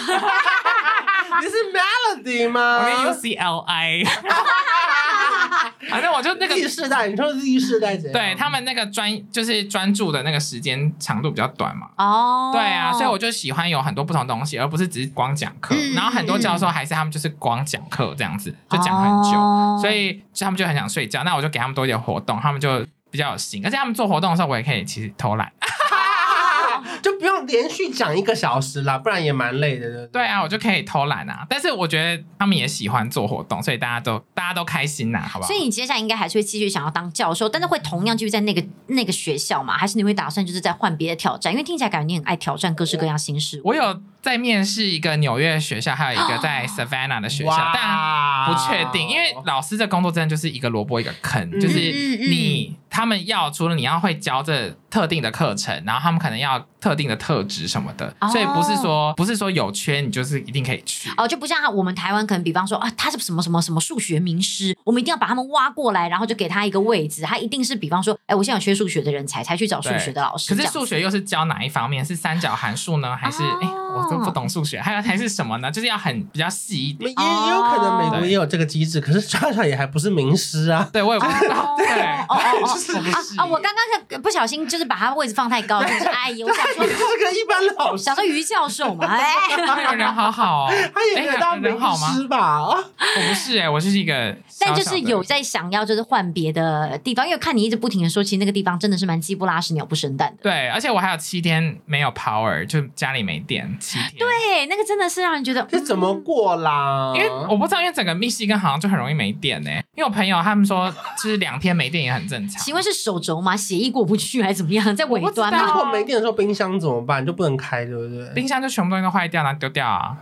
Speaker 3: 你是 Melody 吗？
Speaker 1: 我
Speaker 2: 呃
Speaker 1: 跟 U C L I，反正我就那个
Speaker 3: Z 世代，你说 Z 世代怎样？
Speaker 1: 对他们那个专就是专注的那个时间长度比较短嘛。
Speaker 2: 哦，
Speaker 1: 对啊，所以我就喜欢有很多不同东西，而不是只是光讲课。
Speaker 2: 嗯
Speaker 1: 然后很多教授还是他们就是光讲课这样子，就讲很久，
Speaker 2: 哦
Speaker 1: 所以他们就很想睡觉。那我就给他们多一点活动，他们就比较有心。而且他们做活动的时候，我也可以其实偷懒。
Speaker 3: 就不用连续讲一个小时啦，不然也蛮累的。对不对
Speaker 1: 对啊，我就可以偷懒啊。但是我觉得他们也喜欢做活动，所以大家都大家都开心呐、好不好？
Speaker 2: 所以你接下来应该还是会继续想要当教授，但是会同样继续在那个那个学校嘛？还是你会打算就是在换别的挑战？因为听起来感觉你很爱挑战各式各样新事物。
Speaker 1: 我有在面试一个纽约学校，还有一个 在 Savannah 的学校，
Speaker 3: 哇
Speaker 1: 但不确定，因为老师这工作真的就是一个萝卜一个坑，
Speaker 3: 嗯
Speaker 1: 就是
Speaker 2: 嗯嗯
Speaker 1: 你他们要除了你要会教这特定的课程，然后他们可能要特定的特质什么的，
Speaker 2: 哦
Speaker 1: 所以不是说不是说有缺你就是一定可以去。
Speaker 2: 哦，就不像我们台湾可能，比方说啊，他是什么什么什么数学名师，我们一定要把他们挖过来，然后就给他一个位置，他一定是比方说，哎，我现在有缺数学的人才，才去找数学的老师。
Speaker 1: 可
Speaker 2: 这
Speaker 1: 是
Speaker 2: 样子
Speaker 1: 数学又是教哪一方面？是三角函数呢，还是
Speaker 2: 哦
Speaker 1: 哎、我都不懂数学，还有还是什么呢？就是要很比较细一点。
Speaker 3: 也也有可能美国
Speaker 1: 对
Speaker 3: 也有这个机制，可是莎莎也还不是名师啊。
Speaker 1: 对我也不知道，对，
Speaker 2: 哦哦哦
Speaker 1: 是不是
Speaker 2: 啊啊！我刚刚是不小心就是把他位置放太 高，就是哎呀，我想
Speaker 3: 你就
Speaker 2: 说
Speaker 3: 是个一般老师
Speaker 2: 想，说于教授嘛， 哎，
Speaker 1: 那个人好好哦，
Speaker 3: 他也
Speaker 1: 哎
Speaker 3: 没有
Speaker 1: 两
Speaker 3: 到
Speaker 1: 个
Speaker 3: 名
Speaker 1: 人好吗？
Speaker 3: 师吧？啊，
Speaker 1: 我不是哎、我就是一个小小
Speaker 2: 但
Speaker 1: 的，
Speaker 2: 就是有在想要就是换别的地方，因为看你一直不停的说，其实那个地方真的是蛮鸡不拉屎、鸟不生蛋的。
Speaker 1: 对，而且我还有七天没有 power，就家里没电七天。对，
Speaker 2: 对，哎那个真的是让人觉得嗯
Speaker 3: 这怎么过啦？
Speaker 1: 因为我不知道，因为整个密西根好像就很容易没电呢、因为我朋友他们说，就是两天没电也很正常。
Speaker 2: 请问是手肘吗？血液过不去还是怎么样？在尾
Speaker 1: 我
Speaker 2: 端
Speaker 1: 不
Speaker 3: 那
Speaker 1: 知
Speaker 3: 如
Speaker 2: 吗
Speaker 1: 道？
Speaker 3: 果没电的时候，冰箱怎么办？就不能开，对不对？
Speaker 1: 冰箱就全部东西都坏掉，然后丢掉啊，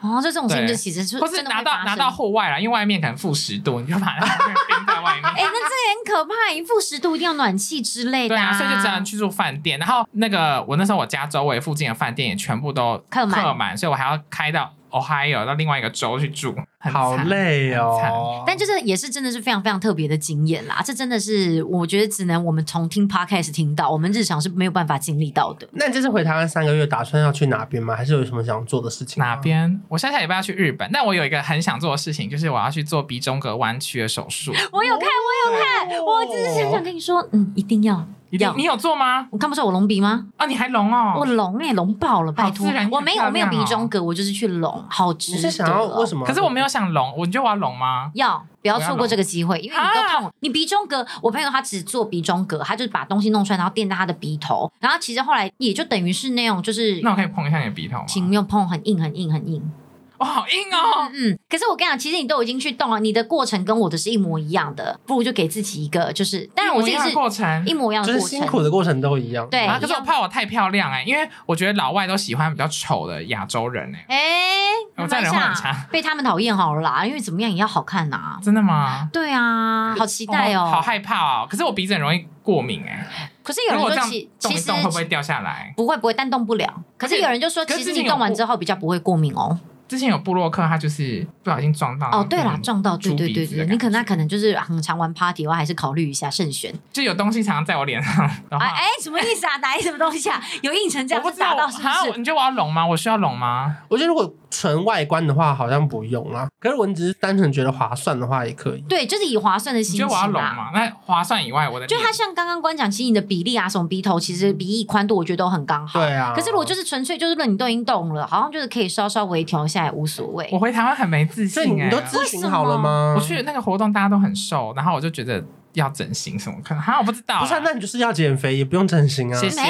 Speaker 2: 哦，就这种事情
Speaker 1: 对
Speaker 2: 就其实是
Speaker 1: 或
Speaker 2: 真
Speaker 1: 是
Speaker 2: 的
Speaker 1: 拿
Speaker 2: 会
Speaker 1: 到
Speaker 2: 发
Speaker 1: 拿
Speaker 2: 生。
Speaker 1: 到户外啦，因为外面可能负十度，你就把它 冰在外面。
Speaker 2: 哎、那这个很可怕，一负十度一定要暖气之类的、
Speaker 1: 对啊，所以就只能去住饭店。然后那个我那时候我家周围附近的饭店也全部都
Speaker 2: 客满
Speaker 1: 客满，所以我还要开到 Ohio 到另外一个州去住，很
Speaker 3: 好
Speaker 1: 惨。
Speaker 3: 累
Speaker 1: 很惨
Speaker 3: 哦。
Speaker 2: 但就是也是真的是非常非常特别的经验啦，这真的是我觉得只能我们从听 podcast 听到，我们日常是没有办法经历到的。
Speaker 3: 那你这次回台湾三个月，打算要去哪边吗？还是有什么想做的事情？
Speaker 1: 哪？边？我下下礼拜要去日本，但我有一个很想做的事情，就是我要去做鼻中隔弯曲的手 术。
Speaker 2: 我有看，我有看，我只是
Speaker 3: 哦
Speaker 2: 想想跟你说，嗯，一定要
Speaker 1: 一定
Speaker 2: 要
Speaker 1: 你。有做吗？
Speaker 2: 我看不出来我隆鼻吗？
Speaker 1: 啊，你还聋哦！
Speaker 2: 我隆哎、欸，隆爆了，拜托
Speaker 1: 自然又！
Speaker 2: 我没有，我没有
Speaker 1: 漂亮
Speaker 2: 鼻
Speaker 1: 哦
Speaker 2: 中隔，我就是去隆，好值
Speaker 3: 你
Speaker 2: 得。
Speaker 3: 是想要为什
Speaker 2: 么？
Speaker 3: 么？
Speaker 1: 可是我没有想聋，我你觉得我要聋吗？
Speaker 2: 要不要
Speaker 1: 我要
Speaker 2: 错过
Speaker 1: 隆
Speaker 2: 这个机会？因为你都
Speaker 1: 啊
Speaker 2: 痛，你鼻中隔，我朋友他只做鼻中隔，他就是把东西弄出来，然后垫在他的鼻头，然后其实后来也就等于是那种就是
Speaker 1: 那，我可以碰一下你的鼻头吗？
Speaker 2: 请不用碰，很硬，很硬，很硬。
Speaker 1: 哇，好硬哦！
Speaker 2: 嗯，可是我跟你讲，其实你都已经去动了，你的过程跟我的是一模一样的，不如就给自己一个就是，当然我这
Speaker 1: 一
Speaker 2: 个
Speaker 1: 模一样的
Speaker 2: 是
Speaker 1: 过程
Speaker 2: 一。模一样
Speaker 3: 就
Speaker 2: 的
Speaker 3: 是
Speaker 2: 啊过程
Speaker 3: 辛，苦的过程都一样。
Speaker 2: 对，
Speaker 1: 啊，可
Speaker 2: 一
Speaker 1: 是我
Speaker 2: 样。
Speaker 1: 怕我太漂亮哎、因为我觉得老外都喜欢比较丑的亚洲人哎、
Speaker 2: 哎，
Speaker 1: 我这样人会很差
Speaker 2: 被他们讨厌好了啦，因为怎么样也要好看呐、
Speaker 1: 真的吗？
Speaker 2: 对啊，好期待哦！
Speaker 1: 哦好害怕哦！可是我鼻子很容易过敏哎、
Speaker 2: 可是有
Speaker 1: 如果
Speaker 2: 人
Speaker 1: 这
Speaker 2: 说
Speaker 1: 样
Speaker 2: 其
Speaker 1: 动
Speaker 2: 其
Speaker 1: 一
Speaker 2: 实
Speaker 1: 动会不会掉下来？
Speaker 2: 不会不会，但动不了。可
Speaker 1: 而
Speaker 2: 是
Speaker 1: 且
Speaker 2: 有人就说，
Speaker 1: 可是
Speaker 2: 其实
Speaker 1: 之前
Speaker 2: 你
Speaker 1: 有
Speaker 2: 动完
Speaker 1: 过
Speaker 2: 之后比较不会过敏哦。
Speaker 1: 之前有布洛克，他就是不小心撞到
Speaker 2: 哦，对啦
Speaker 1: 嗯，
Speaker 2: 撞到，对
Speaker 1: 猪
Speaker 2: 对
Speaker 1: 鼻
Speaker 2: 对
Speaker 1: 子的
Speaker 2: 对，
Speaker 1: 感
Speaker 2: 你可能
Speaker 1: 觉啊
Speaker 2: 那可能就是很常玩 party 的话，还是考虑一下慎选。
Speaker 1: 就有东西常常在我脸上的话，
Speaker 2: 哎哎，什么意思啊？打一什么东西啊？有印成这
Speaker 1: 我
Speaker 2: 样
Speaker 1: 不
Speaker 2: 子
Speaker 1: 知道我
Speaker 2: 打到是不
Speaker 1: 哈，
Speaker 2: 是？
Speaker 1: 你觉得我要聋吗？我需要聋吗？
Speaker 3: 我觉得如果纯外观的话，好像不用啦。可是我只是单纯觉得划算的话，也可以。
Speaker 2: 对，就是以划算的
Speaker 1: 你
Speaker 2: 心
Speaker 1: 觉
Speaker 2: 情
Speaker 1: 得我要聋
Speaker 2: 啦。
Speaker 1: 吗？那划算以外，我的
Speaker 2: 就
Speaker 1: 脸
Speaker 2: 它像刚刚关讲，其实你的比例啊，什么鼻头，其实鼻翼宽度，我觉得都很刚好。
Speaker 3: 对啊
Speaker 2: 可是如果就是纯粹就是论你都已经动了，好像就是可以稍稍微调一下也无所谓。
Speaker 1: 我回台湾很没自
Speaker 3: 所以
Speaker 1: 信哎、
Speaker 3: 你都咨询好了吗？
Speaker 1: 我去那个活动，大家都很瘦，然后我就觉得要整形什么，可能哈我不知道啊、
Speaker 3: 不是、啊，那你就是要减肥，也不用整形啊。
Speaker 1: 谢谢。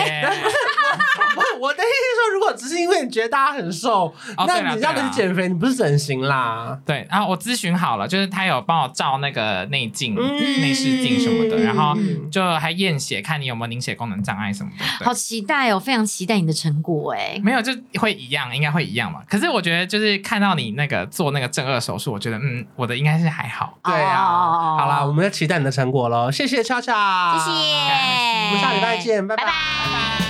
Speaker 3: 不我的意思是说，如果只是因为你觉得大家很瘦，
Speaker 1: 哦对
Speaker 3: 那
Speaker 1: 啦
Speaker 3: 你要
Speaker 1: 对
Speaker 3: 不
Speaker 1: 啦
Speaker 3: 是减肥，你不是整形啦？
Speaker 1: 对，然后我咨询好了，就是他有帮我照那个内镜、
Speaker 3: 嗯
Speaker 1: 内视镜什么的，然后
Speaker 3: 嗯
Speaker 1: 就还验血，看你有没有凝血功能障碍什么的。对
Speaker 2: 好期待哦，非常期待你的成果哎、
Speaker 1: 没有，就会一样，应该会一样嘛。可是我觉得，就是看到你那个做那个正颚手术，我觉得，嗯，我的应该是还好。
Speaker 3: 对啊，
Speaker 2: 哦
Speaker 3: 好啦，我们要期待你的成果喽。谢谢俏俏，
Speaker 2: 谢谢，
Speaker 3: 我们下礼拜见，拜
Speaker 2: 拜
Speaker 3: 拜
Speaker 2: 拜